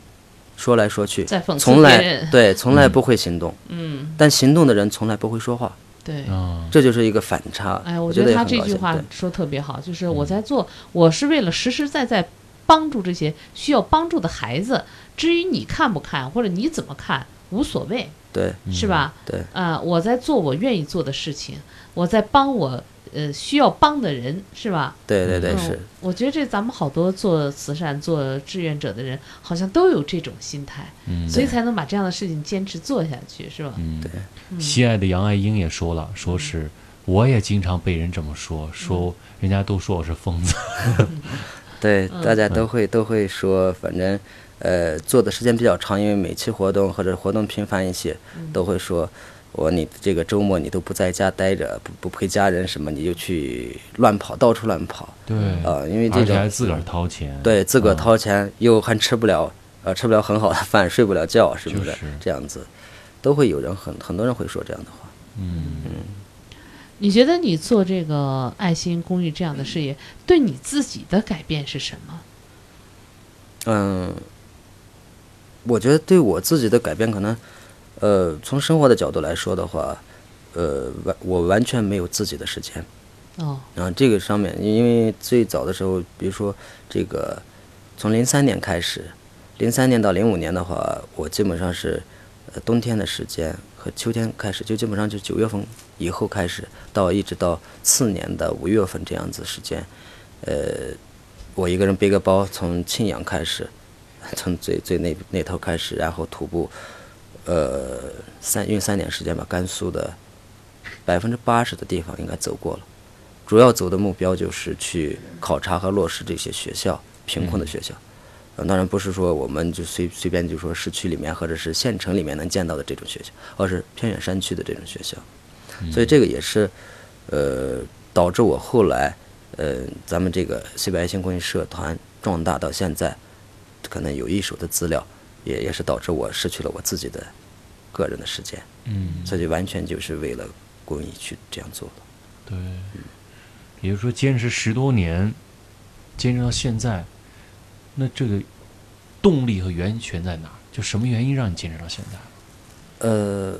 Speaker 5: 说来说去
Speaker 3: 在讽，刺
Speaker 5: 从
Speaker 3: 别
Speaker 5: 来
Speaker 3: 人
Speaker 5: 对从来不会行动，
Speaker 3: 嗯，
Speaker 5: 但行动的人从来不会说话，
Speaker 3: 对。
Speaker 4: 啊，
Speaker 5: 这就是一个反差。
Speaker 3: 哎，我
Speaker 5: 嗯觉
Speaker 3: 觉得
Speaker 5: 也
Speaker 3: 他
Speaker 5: 很
Speaker 3: 这
Speaker 5: 高
Speaker 3: 句
Speaker 5: 兴
Speaker 3: 话
Speaker 5: 对嗯
Speaker 3: 说特别好，就是我在做，我是为了实实在在帮助这些需要帮助的孩子。至于你看不看，或者你怎么看，无所谓，
Speaker 5: 对
Speaker 3: 是吧？
Speaker 5: 对
Speaker 3: 啊、我在做我愿意做的事情，我在帮我呃需要帮的人，是吧？
Speaker 5: 对对对
Speaker 3: 嗯
Speaker 5: 是，
Speaker 3: 我觉得这咱们好多做慈善、做志愿者的人，好像都有这种心态，
Speaker 4: 嗯
Speaker 3: 所以才能把这样的事情坚持做下去，是吧？
Speaker 4: 嗯，
Speaker 5: 对
Speaker 4: 西爱的杨爱英也说了，说是我也经常被人这么说，说人家都说我是疯子。
Speaker 5: 对，大
Speaker 4: 嗯
Speaker 5: 家都会都会说，反正呃做的时间比较长，因为每期活动或者活动频繁一些，都会说我你这个周末你都不在家待着，不不陪家人什么，你就去乱跑，到处乱跑，
Speaker 4: 对 [laughs]
Speaker 5: 呃，因为这
Speaker 4: 而且还
Speaker 5: 种
Speaker 4: 自个儿掏钱。
Speaker 5: 对自个儿
Speaker 4: 嗯
Speaker 5: 掏钱又还吃不了，呃吃不了很好的饭，睡不了觉什么的
Speaker 4: 就是，
Speaker 5: 这样子都会有人很很多人会说这样的话。
Speaker 3: 你觉得你做这个爱心公益这样的事业，对你自己的改变是什么？
Speaker 5: 嗯，我觉得对我自己的改变，可能，呃，从生活的角度来说的话，呃，完我完全没有自己的时间。
Speaker 3: 哦，
Speaker 5: 然后这个上面，因为最早的时候，比如说这个，从零三年开始，零三年到零五年的话，我基本上是，呃，冬天的时间和秋天开始，就基本上就九月份以后开始，到一直到次年的五月份这样子时间，呃，我一个人背个包从庆阳开始， [laughs] 从最最那那头开始，然后徒步，呃，三用三年时间把甘肃的百分之八十的地方应该走过了。主要走的目标就是去考察和落实这些学校贫困的学校。呃，当然不是说我们就随随便就说市区里面或者是县城里面能见到的这种学校，而是偏远山区的这种学校。所以这个也是，呃，导致我后来，呃，咱们这个西北爱心公益社团壮大到现在，可能有一手的资料，也也是导致我失去了我自己的个人的时间，
Speaker 4: 嗯，
Speaker 5: 所以完全就是为了公益去这样做的。
Speaker 4: 对，也就是说坚持十多年，坚持到现在，那这个动力和源泉在哪儿？就什么原因让你坚持到现在？
Speaker 5: 呃，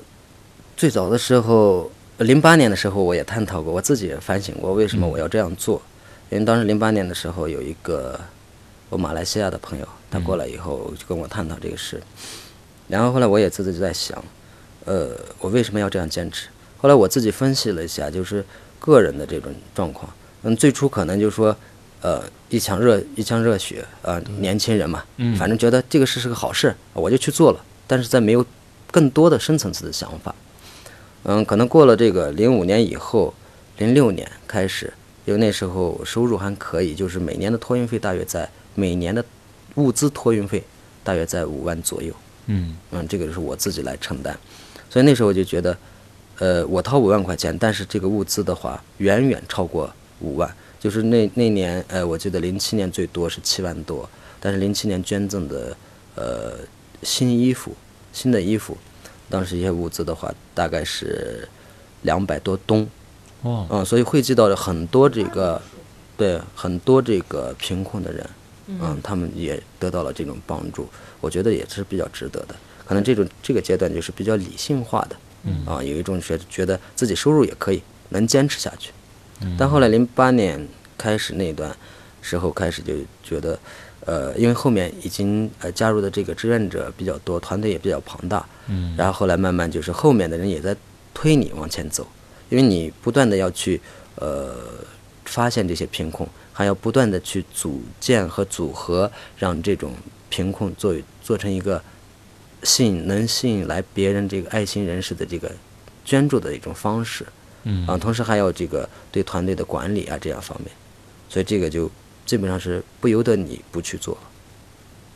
Speaker 5: 最早的时候，呃零八年的时候，我也探讨过，我自己也反省过，为什么我要这样做？因为当时零八年的时候，有一个我马来西亚的朋友，他过来以后就跟我探讨这个事，然后后来我也自己就在想，呃，我为什么要这样坚持？后来我自己分析了一下，就是个人的这种状况。嗯，最初可能就说，呃，一腔热一腔热血，呃，年轻人嘛，
Speaker 4: 嗯
Speaker 5: 反正觉得这个事是个好事，我就去做了。但是在没有更多的深层次的想法，嗯，可能过了这个零五年以后，零六年开始，因为那时候收入还可以，就是每年的托运费大约在每年的物资托运费大约在五万左右。
Speaker 4: 嗯
Speaker 5: 嗯，这个是我自己来承担，所以那时候我就觉得，呃，我掏五万块钱，但是这个物资的话远远超过五万，就是那那年，呃，我记得零七年最多是七万多，但是零七年捐赠的，呃，新衣服，新的衣服，当时一些物资的话大概是两百多吨，
Speaker 4: 哦，
Speaker 5: 嗯，所以汇集到了很多这个，对，很多这个贫困的人，嗯，他们也得到了这种帮助，我觉得也是比较值得的。可能这种这个阶段就是比较理性化的，嗯，啊，有一种觉觉得自己收入也可以，能坚持下去。但后来零八年开始那段时候开始就觉得，呃，因为后面已经呃加入的这个志愿者比较多，团队也比较庞大，嗯，然后后来慢慢就是后面的人也在推你往前走，因为你不断的要去呃发现这些贫困，还要不断的去组建和组合，让这种贫困做做成一个吸引能吸引来别人这个爱心人士的这个捐助的一种方式，
Speaker 4: 嗯
Speaker 5: 啊，同时还有这个对团队的管理啊这样方面，所以这个就基本上是不由得你不去做，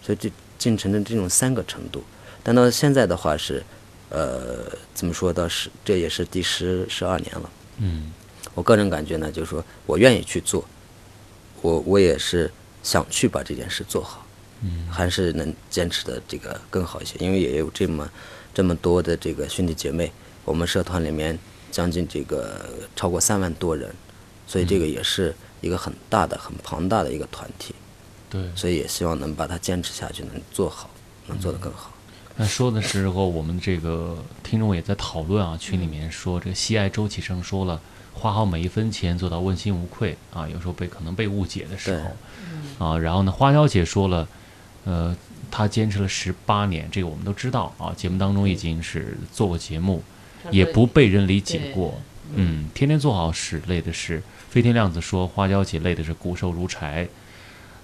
Speaker 5: 所以就进程的这种三个程度，但到现在的话是，呃，怎么说到十，这也是第十十二年了。
Speaker 4: 嗯
Speaker 5: 我个人感觉呢，就是说我愿意去做，我我也是想去把这件事做好，
Speaker 4: 嗯
Speaker 5: 还是能坚持的这个更好一些，因为也有这么这么多的这个兄弟姐妹，我们社团里面将近这个超过三万多人，所以这个也是一个很大的、很庞大的一个团体，
Speaker 4: 对。
Speaker 5: 所以也希望能把它坚持下去，能做好，能做得更好。
Speaker 4: 那说的时候，我们这个听众也在讨论啊，群里面说这个西爱周启生说了，花好每一分钱，做到问心无愧啊，有时候被可能被误解的时候，啊，然后呢，花椒姐说了，呃，她坚持了十八年，这个我们都知道啊，节目当中已经是做过节目，也不被人理解过，嗯，天天做好事，累的是飞天亮子说花椒姐累的是骨瘦如柴，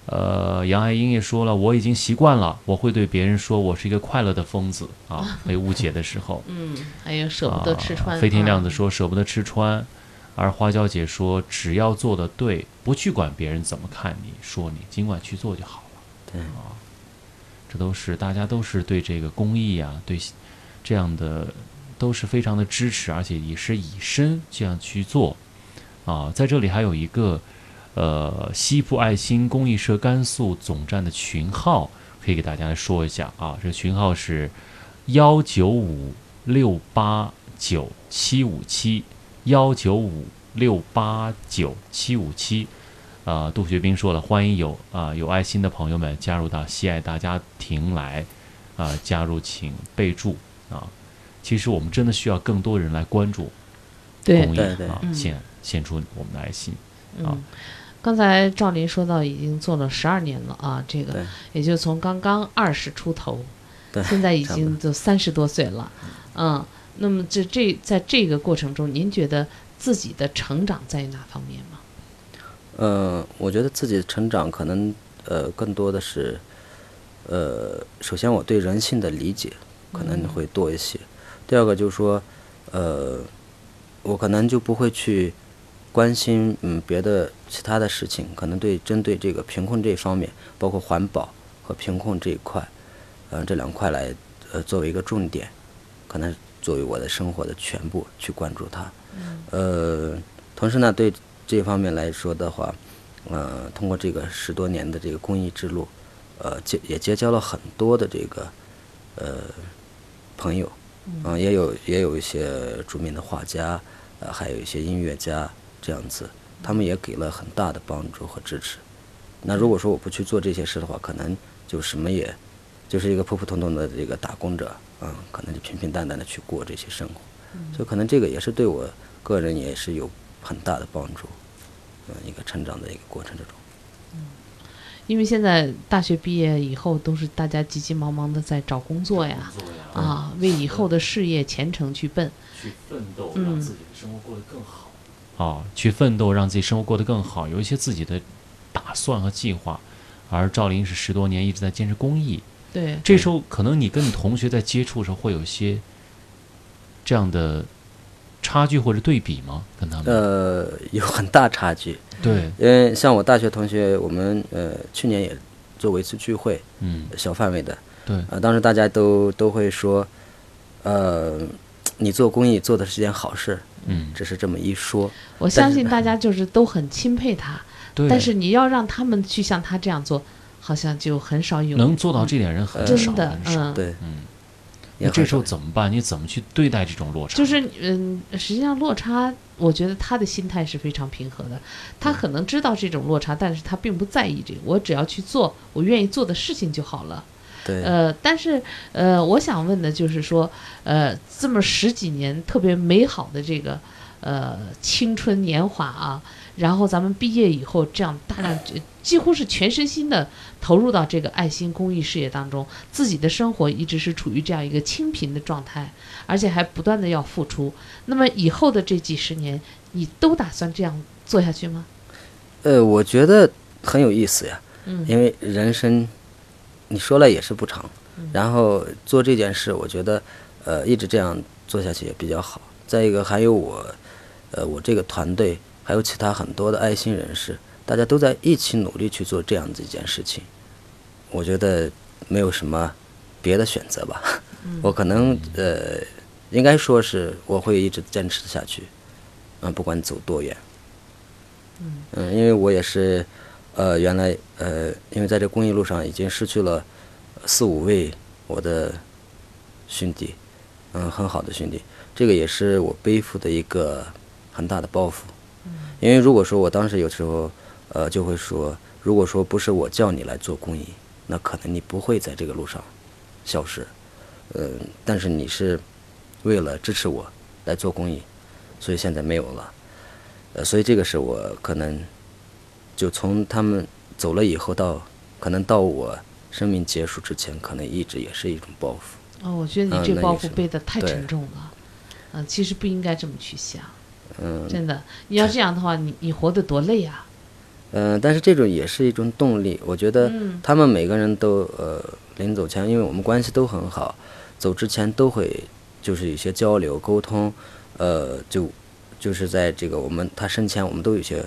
Speaker 4: 呃，杨爱英也说了，我已经习惯了，我会对别人说我是一个快乐的疯子啊。被误解的时候，
Speaker 3: 嗯，还有舍不得吃穿。
Speaker 4: 飞天亮
Speaker 3: 啊
Speaker 4: 子说舍不得吃穿，而花椒姐说只要做的对，不去管别人怎么看你说你，尽管去做就好了。
Speaker 5: 对
Speaker 4: 啊，这都是大家都是对这个公益啊，对这样的都是非常的支持，而且也是以身这样去做啊。在这里还有一个呃西部爱心公益社甘肃总站的群号，可以给大家来说一下啊，这个群号是幺九五六八九七五七幺九五六八九七五七。啊，杜学兵说了，欢迎有啊、有爱心的朋友们加入到西爱大家庭来，啊、加入请备注啊。其实我们真的需要更多人来关注
Speaker 3: 对
Speaker 4: 公益
Speaker 5: 对对
Speaker 4: 啊，
Speaker 3: 嗯
Speaker 4: 献献出我们的爱心。啊
Speaker 3: 嗯，刚才赵林说到已经做了十二年了啊，这个
Speaker 5: 对
Speaker 3: 也就从刚刚二十出头，
Speaker 5: 对，
Speaker 3: 现在已
Speaker 5: 差不多
Speaker 3: 经就三十多岁了，嗯，那么这这在这个过程中，您觉得自己的成长在于哪方面吗？
Speaker 5: 呃，我觉得自己成长可能呃更多的是，呃，首先我对人性的理解可能会多一些。第二个就是说，呃，我可能就不会去关心嗯别的其他的事情，可能对针对这个贫困这一方面，包括环保和贫困这一块，呃这两块来呃作为一个重点，可能作为我的生活的全部去关注它。呃，同时呢，对这方面来说的话，呃，通过这个十多年的这个公益之路，呃，结也结交了很多的这个呃朋友，嗯、也有也有一些著名的画家，呃，还有一些音乐家这样子，他们也给了很大的帮助和支持。那如果说我不去做这些事的话，可能就什么也，就是一个普普通通的这个打工者，嗯，可能就平平淡淡的去过这些生活，所以可能这个也是对我个人也是有很大的帮助，嗯，一个成长的一个过程之中。
Speaker 3: 因为现在大学毕业以后，都是大家急急忙忙的在找工作呀，啊，
Speaker 4: 嗯
Speaker 3: 为以后的事业前程去奔。
Speaker 4: 去奋斗，
Speaker 3: 嗯
Speaker 4: 让自己的生活过得更好。啊，去奋斗，让自己生活过得更好，有一些自己的打算和计划。而赵林是十多年一直在坚持公益，
Speaker 3: 对，
Speaker 4: 这时候可能你跟你同学在接触的时候会有一些这样的差距或者对比吗？跟他们、
Speaker 5: 呃，有很大差距，
Speaker 4: 对，
Speaker 5: 因为像我大学同学，我们呃去年也做过一次聚会，
Speaker 4: 嗯，
Speaker 5: 小范围的，
Speaker 4: 对，
Speaker 5: 呃，当时大家都都会说，呃，你做公益做的是件好事，
Speaker 4: 嗯，
Speaker 5: 只是这么一说，
Speaker 3: 我相信大家就是都很钦佩他，
Speaker 4: 对，
Speaker 3: 但是你要让他们去像他这样做，好像就很少有
Speaker 4: 能做到这点人很少
Speaker 3: 真的
Speaker 4: 很少。
Speaker 3: 嗯。
Speaker 5: 对，
Speaker 4: 嗯，
Speaker 5: 也
Speaker 4: 那这
Speaker 5: 很
Speaker 4: 时候
Speaker 5: 少
Speaker 4: 怎么办？你怎么去对待这种落差？
Speaker 3: 就是嗯，实际上落差，我觉得他的心态是非常平和的。他可能知道这种落差，但是他并不在意这个。我只要去做我愿意做的事情就好了。
Speaker 5: 对，
Speaker 3: 呃，但是呃，我想问的就是说，呃，这么十几年特别美好的这个呃青春年华啊，然后咱们毕业以后这样大量呃几乎是全身心的投入到这个爱心公益事业当中，自己的生活一直是处于这样一个清贫的状态，而且还不断的要付出。那么以后的这几十年，你都打算这样做下去吗？
Speaker 5: 呃，我觉得很有意思呀，
Speaker 3: 嗯
Speaker 5: 因为人生，你说了也是不长，然后做这件事，我觉得，呃，一直这样做下去也比较好。再一个，还有我，呃，我这个团队，还有其他很多的爱心人士，大家都在一起努力去做这样的一件事情。我觉得没有什么别的选择吧。 [laughs] 我可能呃，应该说是我会一直坚持下去，嗯，不管走多远。嗯，因为我也是，呃，原来呃，因为在这公益路上已经失去了四五位我的兄弟，嗯，很好的兄弟，这个也是我背负的一个很大的包袱。因为如果说我当时有时候，呃，就会说，如果说不是我叫你来做公益，那可能你不会在这个路上消失。嗯，但是你是为了支持我来做公益，所以现在没有了。呃，所以这个是我可能就从他们走了以后到可能到我生命结束之前，可能一直也是一种包袱。
Speaker 3: 哦，我觉得
Speaker 5: 嗯
Speaker 3: 你这
Speaker 5: 那
Speaker 3: 包
Speaker 5: 也
Speaker 3: 袱
Speaker 5: 是
Speaker 3: 背的太
Speaker 5: 对
Speaker 3: 沉重了，嗯、其实不应该这么去想，
Speaker 5: 嗯
Speaker 3: 真的，你要这样的话，你你活得多累啊！
Speaker 5: 嗯、但是这种也是一种动力。我觉得
Speaker 3: 嗯
Speaker 5: 他们每个人都呃，临走前，因为我们关系都很好，走之前都会就是有些交流沟通，呃，就就是在这个我们他生前我们都有一些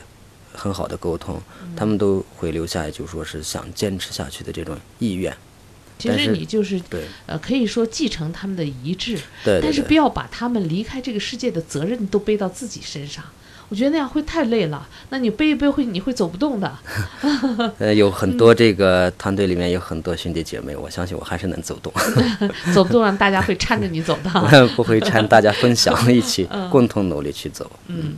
Speaker 5: 很好的沟通，他们都会留下就说是想坚持下去的这种意愿。
Speaker 3: 其
Speaker 5: 但
Speaker 3: 实
Speaker 5: 是
Speaker 3: 你就是
Speaker 5: 对
Speaker 3: 呃，可以说继承他们的遗志，
Speaker 5: 对对
Speaker 3: 但是
Speaker 5: 对
Speaker 3: 不要把他们离开这个世界的责任都背到自己身上。我觉得那样会太累了，那你背一背会你会走不动的。 [laughs]
Speaker 5: 呃，有很多这个团队里面有很多兄弟姐妹，我相信我还是能走动， [laughs]
Speaker 3: 走不动让大家会搀着你走的。
Speaker 5: 我不会掺大家分享，一起共同努力去走。
Speaker 3: 嗯，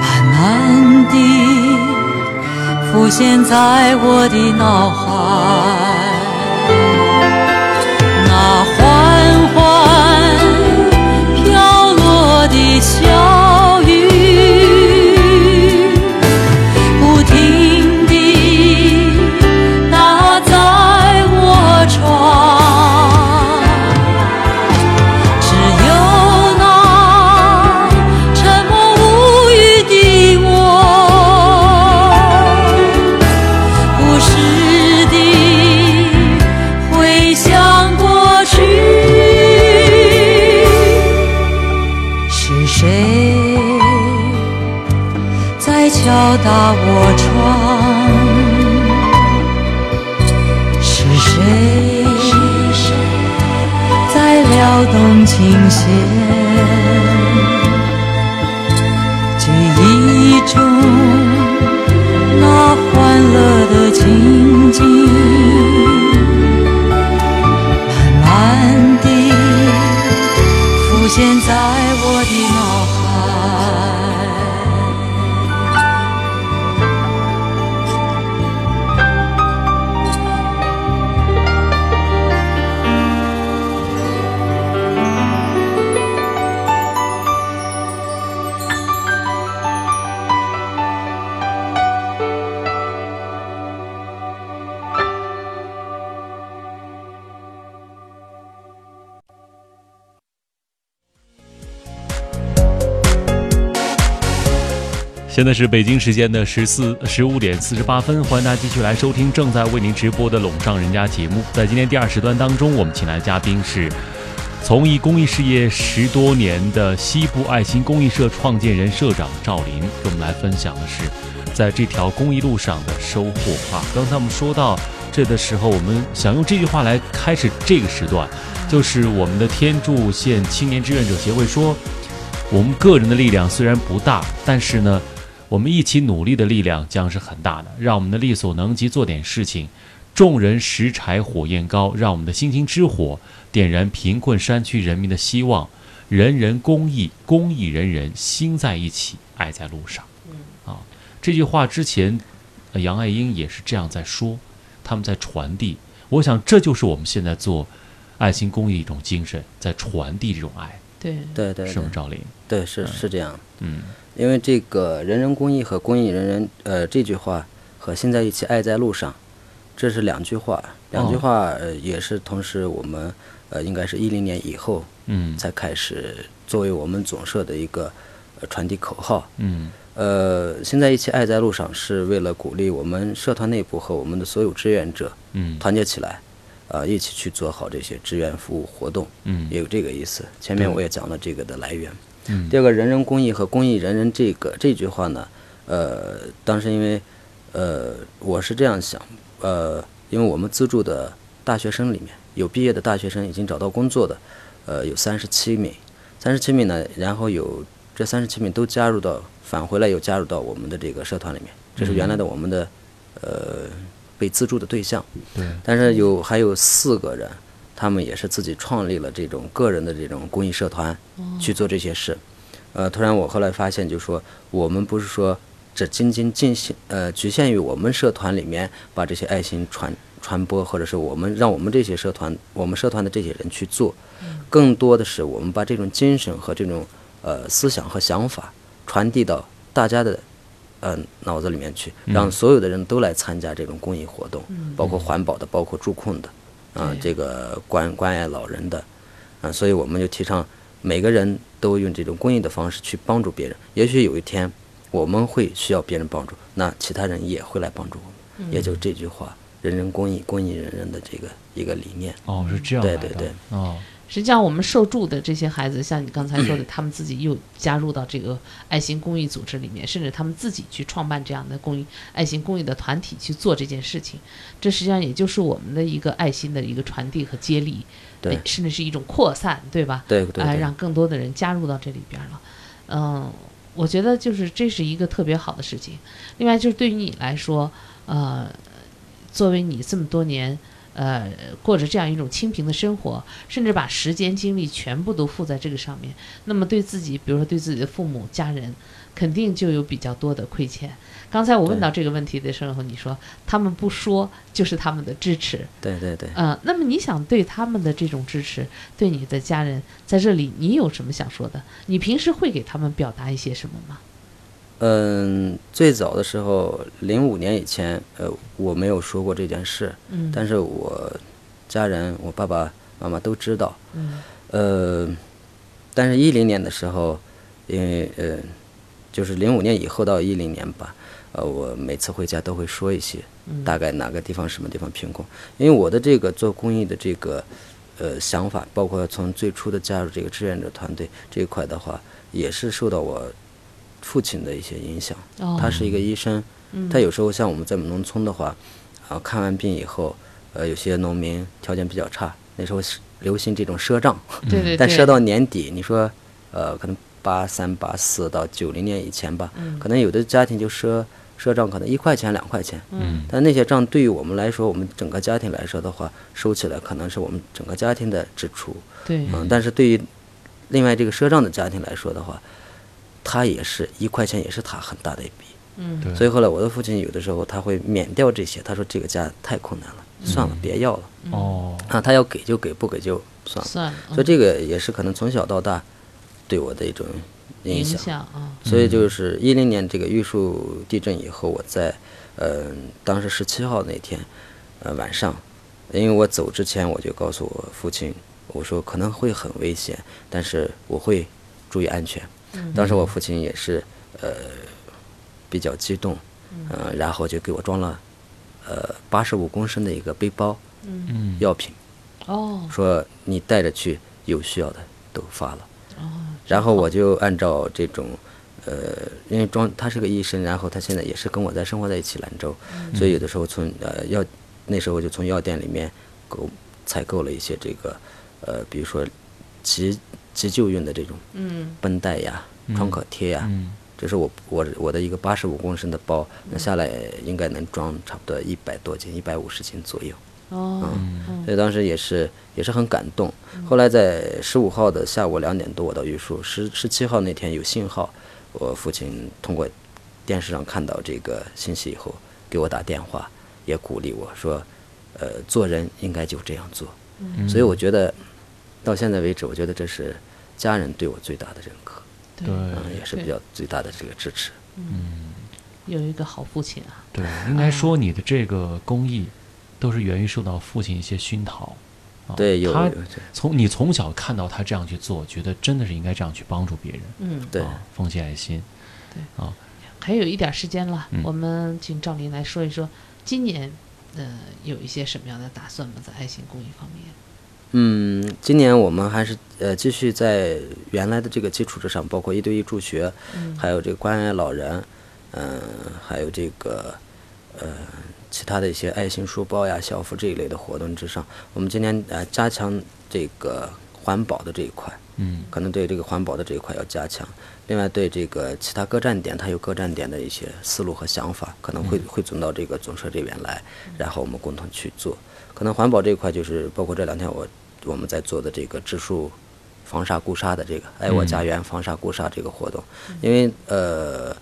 Speaker 8: 慢慢地浮现在我的脑海。那缓缓飘落的小雨，不停地打在我窗。只有那沉默无语的我，不时地回想过去。是谁在敲打我窗？是谁？在撩动琴弦，记忆中那欢乐的情景，慢慢地浮现在我的脑海。
Speaker 4: 现在是北京时间的十四十五点四十八分，欢迎大家继续来收听正在为您直播的《拢上人家》节目。在今天第二时段当中，我们请来的嘉宾是从艺公益事业十多年的西部爱心公益社创建人社长赵林，跟我们来分享的是在这条公益路上的收获啊。刚才我们说到，这的时候，我们想用这句话来开始这个时段，就是我们的天柱县青年志愿者协会说，我们个人的力量虽然不大，但是呢，我们一起努力的力量将是很大的，让我们的力所能及做点事情。众人拾柴火焰高，让我们的星星之火点燃贫困山区人民的希望。人人公益，公益人人，心在一起，爱在路上。啊，这句话之前，呃杨爱英也是这样在说，他们在传递。我想这就是我们现在做爱心公益一种精神，在传递这种爱，
Speaker 3: 对，
Speaker 5: 对对
Speaker 4: 是
Speaker 5: 对
Speaker 4: 吗？赵林，
Speaker 5: 对，是是这样。
Speaker 4: 嗯，
Speaker 5: 因为这个“人人公益”和“公益人人”呃这句话和“心在一起，爱在路上”，这是两句话，两句
Speaker 4: 哦
Speaker 5: 话、呃也是同时我们呃应该是一零年以后
Speaker 4: 嗯
Speaker 5: 才开始作为我们总社的一个、呃、传递口号。
Speaker 4: 嗯
Speaker 5: 呃，现在一起爱在路上是为了鼓励我们社团内部和我们的所有志愿者
Speaker 4: 嗯
Speaker 5: 团结起来，呃，一起去做好这些志愿服务活动，
Speaker 4: 嗯
Speaker 5: 也有这个意思。前面
Speaker 4: 对
Speaker 5: 我也讲了这个的来源。
Speaker 4: 嗯
Speaker 5: 第二个“人人公益”和“公益人人”这个这句话呢，呃，当时因为，呃，我是这样想，呃，因为我们资助的大学生里面有毕业的大学生已经找到工作的，呃，有三十七名，三十七名呢，然后有这三十七名都加入到返回来又加入到我们的这个社团里面，这是原来的我们的，呃，被资助的对象。
Speaker 4: 对，
Speaker 5: 但是有还有四个人，他们也是自己创立了这种个人的这种公益社团，去做这些事。呃，突然我后来发现，就说我们不是说只仅仅进行呃局限于我们社团里面把这些爱心传传播，或者是我们让我们这些社团我们社团的这些人去做，更多的是我们把这种精神和这种呃思想和想法传递到大家的呃脑子里面去，让所有的人都来参加这种公益活动，包括环保的，包括住控的，啊、这个关关爱老人的，啊、所以我们就提倡每个人都用这种公益的方式去帮助别人。也许有一天我们会需要别人帮助，那其他人也会来帮助我们。也
Speaker 3: 嗯
Speaker 5: 就这句话，人人公益，公益人人的这个一个理念。
Speaker 4: 哦，是这样来
Speaker 5: 对
Speaker 4: 的，
Speaker 5: 对对
Speaker 4: 哦，
Speaker 3: 实际上，我们受助的这些孩子，像你刚才说的，他们自己又加入到这个爱心公益组织里面，甚至他们自己去创办这样的公益爱心公益的团体去做这件事情。这实际上也就是我们的一个爱心的一个传递和接力，
Speaker 5: 对
Speaker 3: 呃甚至是一种扩散，对吧？
Speaker 5: 对对
Speaker 3: 哎
Speaker 5: 对
Speaker 3: 让更多的人加入到这里边了。嗯，我觉得就是这是一个特别好的事情。另外就是对于你来说，呃，作为你这么多年呃过着这样一种清贫的生活，甚至把时间精力全部都付在这个上面，那么对自己，比如说对自己的父母、家人，肯定就有比较多的亏欠。刚才我问
Speaker 5: 对
Speaker 3: 到这个问题的时候，你说他们不说就是他们的支持，
Speaker 5: 对对对。
Speaker 3: 呃，那么你想对他们的这种支持，对你的家人，在这里你有什么想说的？你平时会给他们表达一些什么吗？
Speaker 5: 嗯，最早的时候，零五年以前，呃，我没有说过这件事，
Speaker 3: 嗯
Speaker 5: 但是我家人，我爸爸妈妈都知道，
Speaker 3: 嗯
Speaker 5: 呃，但是一零年的时候，因为呃，就是零五年以后到一零年吧，呃，我每次回家都会说一些，大概哪个地方什么地方贫困，因为我的这个做公益的这个呃想法，包括从最初的加入这个志愿者团队这一块的话，也是受到我父亲的一些影响。
Speaker 3: 哦
Speaker 5: 他是一个医生，
Speaker 3: 嗯
Speaker 5: 他有时候像我们在农村的话，啊，看完病以后，呃，有些农民条件比较差，那时候是流行这种赊账，
Speaker 3: 对对对，
Speaker 5: 但赊到年底，你说，呃，可能八三八四到九零年以前吧，
Speaker 3: 嗯
Speaker 5: 可能有的家庭就赊赊账，可能一块钱两块钱，
Speaker 4: 嗯
Speaker 5: 但那些账对于我们来说，我们整个家庭来说的话，收起来可能是我们整个家庭的支出，
Speaker 3: 对
Speaker 5: 嗯，但是对于另外这个赊账的家庭来说的话，他也是一块钱，也是他很大的一笔。
Speaker 3: 嗯
Speaker 4: 对
Speaker 5: 所以后来我的父亲有的时候他会免掉这些，他说这个家太困难了，算了，别要了
Speaker 4: 哦，
Speaker 5: 啊，他要给就给，不给就算了。
Speaker 3: 算了，
Speaker 5: 所以
Speaker 3: 嗯
Speaker 5: 这个也是可能从小到大对我的一种影
Speaker 3: 影
Speaker 5: 响。
Speaker 3: 响啊，
Speaker 5: 所以就是一零年这个玉树地震以后，我在呃当时十七号那天呃晚上，因为我走之前我就告诉我父亲，我说可能会很危险，但是我会注意安全。当时我父亲也是呃比较激动，呃，然后就给我装了呃八十五公升的一个背包，
Speaker 4: 嗯
Speaker 5: 药品，
Speaker 3: 哦
Speaker 5: 说你带着去，有需要的都发了。
Speaker 3: 哦，
Speaker 5: 然后我就按照这种，呃，
Speaker 3: 嗯
Speaker 5: 因为庄他是个医生，然后他现在也是跟我在生活在一起兰州，所以有的时候从呃药那时候就从药店里面购采购了一些这个，呃，比如说急急救用的这种
Speaker 3: 嗯
Speaker 5: 绷带呀、创可贴呀，
Speaker 4: 嗯
Speaker 5: 这是我我我的一个八十五公升的包，
Speaker 3: 嗯
Speaker 5: 那下来应该能装差不多一百多斤，一百五十斤左右。
Speaker 3: 哦
Speaker 5: 所以当时也是也是很感动。后来在十五号的下午两点多，我到榆树；十十七号那天有信号，我父亲通过电视上看到这个信息以后，给我打电话，也鼓励我说，呃，做人应该就这样做。所以我觉得，到现在为止，我觉得这是家人对我最大的认可，
Speaker 3: 对
Speaker 5: 嗯，也是比较最大的这个支持。
Speaker 3: 有一个好父亲啊，
Speaker 4: 对，应该说你的这个工艺，都是源于受到父亲一些熏陶。啊
Speaker 5: 对，有
Speaker 4: 他
Speaker 5: 有这，
Speaker 4: 从你从小看到他这样去做，觉得真的是应该这样去帮助别人，
Speaker 3: 嗯，
Speaker 5: 对。
Speaker 4: 啊，奉献爱心。哦
Speaker 3: 还有一点时间了，
Speaker 4: 嗯
Speaker 3: 我们请赵林来说一说今年，呃，有一些什么样的打算吗？在爱心公益方面，
Speaker 5: 嗯，今年我们还是呃继续在原来的这个基础之上，包括一对一助学，还有这个关爱老人，嗯、还有这个呃其他的一些爱心书包呀、校服这一类的活动之上，我们今年呃加强这个环保的这一块，
Speaker 4: 嗯
Speaker 5: 可能对这个环保的这一块要加强。另外，对这个其他各站点，它有各站点的一些思路和想法，可能会
Speaker 4: 嗯
Speaker 5: 汇总到这个总社这边来，然后我们共同去做。可能环保这一块就是包括这两天我我们在做的这个植树防沙固沙的这个“爱我家园防沙固沙”这个活动，
Speaker 4: 嗯
Speaker 5: 因为呃，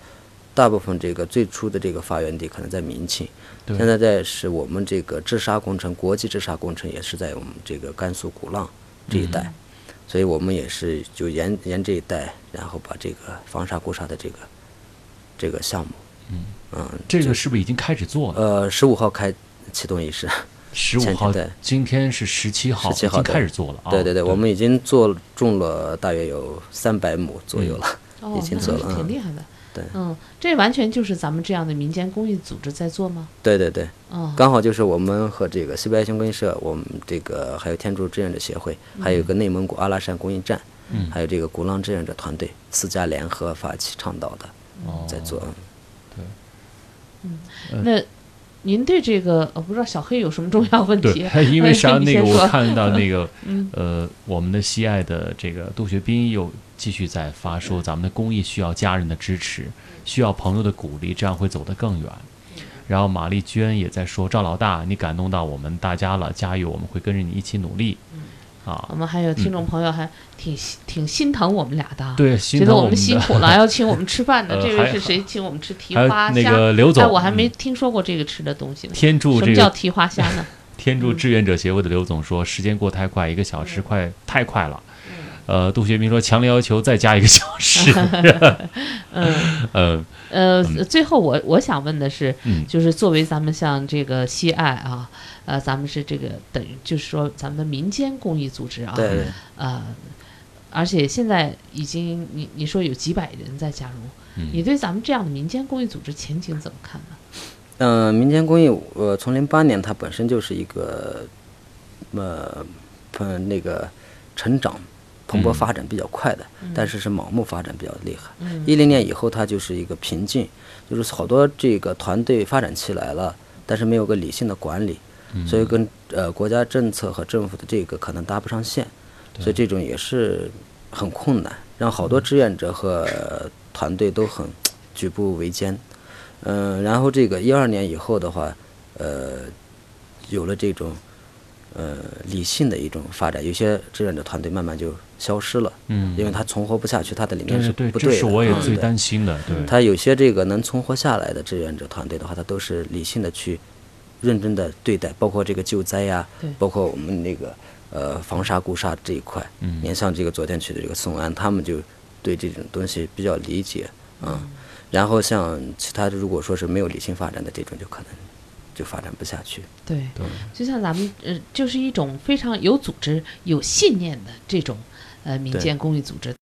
Speaker 5: 大部分这个最初的这个发源地可能在民庆，
Speaker 4: 对
Speaker 5: 现在在是我们这个治沙工程，国际治沙工程也是在我们这个甘肃古浪这一
Speaker 4: 嗯
Speaker 5: 带。所以我们也是就沿沿这一带，然后把这个防沙固沙的这个这个项目，
Speaker 4: 嗯，
Speaker 5: 嗯，
Speaker 4: 这个是不是已经开始做了？
Speaker 5: 呃十五号开启动仪式，
Speaker 4: 十五
Speaker 5: 前
Speaker 4: 号
Speaker 5: 天对，
Speaker 4: 今天是十七号，已
Speaker 5: 17
Speaker 4: 经
Speaker 5: 号
Speaker 4: 开
Speaker 5: 对
Speaker 4: 始做了啊。
Speaker 5: [laughs] 对对对，我们已经做种了大约有三百亩左右了，
Speaker 3: 哦，
Speaker 5: 已经
Speaker 3: 那
Speaker 5: 做
Speaker 3: 还
Speaker 5: 了
Speaker 3: 是挺
Speaker 5: 嗯
Speaker 3: 厉害的。
Speaker 5: 对
Speaker 3: 嗯，这完全就是咱们这样的民间公益组织在做吗？
Speaker 5: 对对对，
Speaker 3: 嗯，
Speaker 5: 刚好就是我们和这个西北爱心公益社，我们这个还有天竺志愿者协会，
Speaker 3: 嗯
Speaker 5: 还有一个内蒙古阿拉善公益站，还有这个鼓浪志愿者团队四家联合发起倡导的，
Speaker 4: 哦
Speaker 5: 在做。嗯
Speaker 4: 嗯
Speaker 3: 那您对这个，呃我不知道小黑有什么重要问题
Speaker 4: 对，？因为啥？
Speaker 3: 嗯你
Speaker 4: 那
Speaker 3: 先
Speaker 4: 个我
Speaker 3: 说嗯
Speaker 4: 看到
Speaker 3: [laughs]
Speaker 4: 那个，呃，我们的西爱的这个杜学斌又继续在发
Speaker 3: 嗯
Speaker 4: 说，咱们的公益需要家人的支持，需要朋友的鼓励，这样会走得更远。
Speaker 3: 嗯
Speaker 4: 然后玛丽娟也在说，赵老大，你感动到我们大家了，加油，我们会跟着你一起努力。
Speaker 3: 我
Speaker 4: 啊，
Speaker 3: 们还有听众朋友还挺心挺心疼我们俩的啊，
Speaker 4: 嗯对，
Speaker 3: 觉
Speaker 4: 心
Speaker 3: 得
Speaker 4: 疼
Speaker 3: 我们
Speaker 4: 们
Speaker 3: 辛
Speaker 4: 的，
Speaker 3: 苦了，
Speaker 4: [laughs]
Speaker 3: 还要请我们吃饭呢。
Speaker 4: 呃
Speaker 3: 这
Speaker 4: 还
Speaker 3: 位是谁请我们吃蹄
Speaker 4: 还有
Speaker 3: 花
Speaker 4: 那
Speaker 3: 虾？
Speaker 4: 个刘总，
Speaker 3: 哎，我还没
Speaker 4: 嗯
Speaker 3: 听说过这个吃的东西呢。
Speaker 4: 天助
Speaker 3: 什
Speaker 4: 这
Speaker 3: 么叫
Speaker 4: 个
Speaker 3: 蹄花虾
Speaker 4: [laughs]
Speaker 3: 呢？
Speaker 4: 天助志愿者协会的刘总说，时间过太快，一个小时快太快了。呃，杜学斌说强烈要求再加一个小时。 [laughs]
Speaker 3: 嗯，
Speaker 4: 嗯
Speaker 3: 呃，最后我我想问的是，
Speaker 4: 嗯，
Speaker 3: 就是作为咱们像这个西爱啊，呃，咱们是这个等于就是说咱们的民间公益组织啊，
Speaker 5: 对对
Speaker 3: 呃，而且现在已经你你说有几百人在加入，你对咱们这样的民间公益组织前景怎么看呢？
Speaker 5: 嗯，民间工艺，呃，从零八年它本身就是一个，呃，呃，那个成长蓬勃发展比较快的，但是是盲目发展比较厉害。一零、年以后，它就是一个瓶颈，就是好多这个团队发展起来了，但是没有个理性的管理，所以跟呃国家政策和政府的这个可能搭不上线，所以这种也是很困难，让好多志愿者和呃团队都很举步维艰。嗯，然后这个一二年以后的话，呃，有了这种呃理性的一种发展，有些志愿者团队慢慢就消失了，
Speaker 4: 嗯
Speaker 5: 因为他存活不下去，他的理念
Speaker 4: 对
Speaker 5: 是
Speaker 4: 对
Speaker 5: 不
Speaker 4: 呃对，这
Speaker 5: 的，
Speaker 4: 是我也
Speaker 5: 嗯
Speaker 4: 最
Speaker 5: 对
Speaker 4: 担心的。对，
Speaker 5: 他有些这个能存活下来的志愿者团队的话，他都是理性的去认真的对待，包括这个救灾呀、
Speaker 3: 对
Speaker 5: 包括我们那个呃防沙固沙这一块。
Speaker 4: 嗯
Speaker 5: 你看像这个昨天去的这个宋安，他们就对这种东西比较理解啊。
Speaker 4: 嗯
Speaker 5: 然后像其他的，如果说是没有理性发展的这种，就可能就发展不下去。
Speaker 3: 对，
Speaker 4: 对
Speaker 3: 就像咱们呃，就是一种非常有组织、有信念的这种呃民
Speaker 5: 对
Speaker 3: 间公益组织。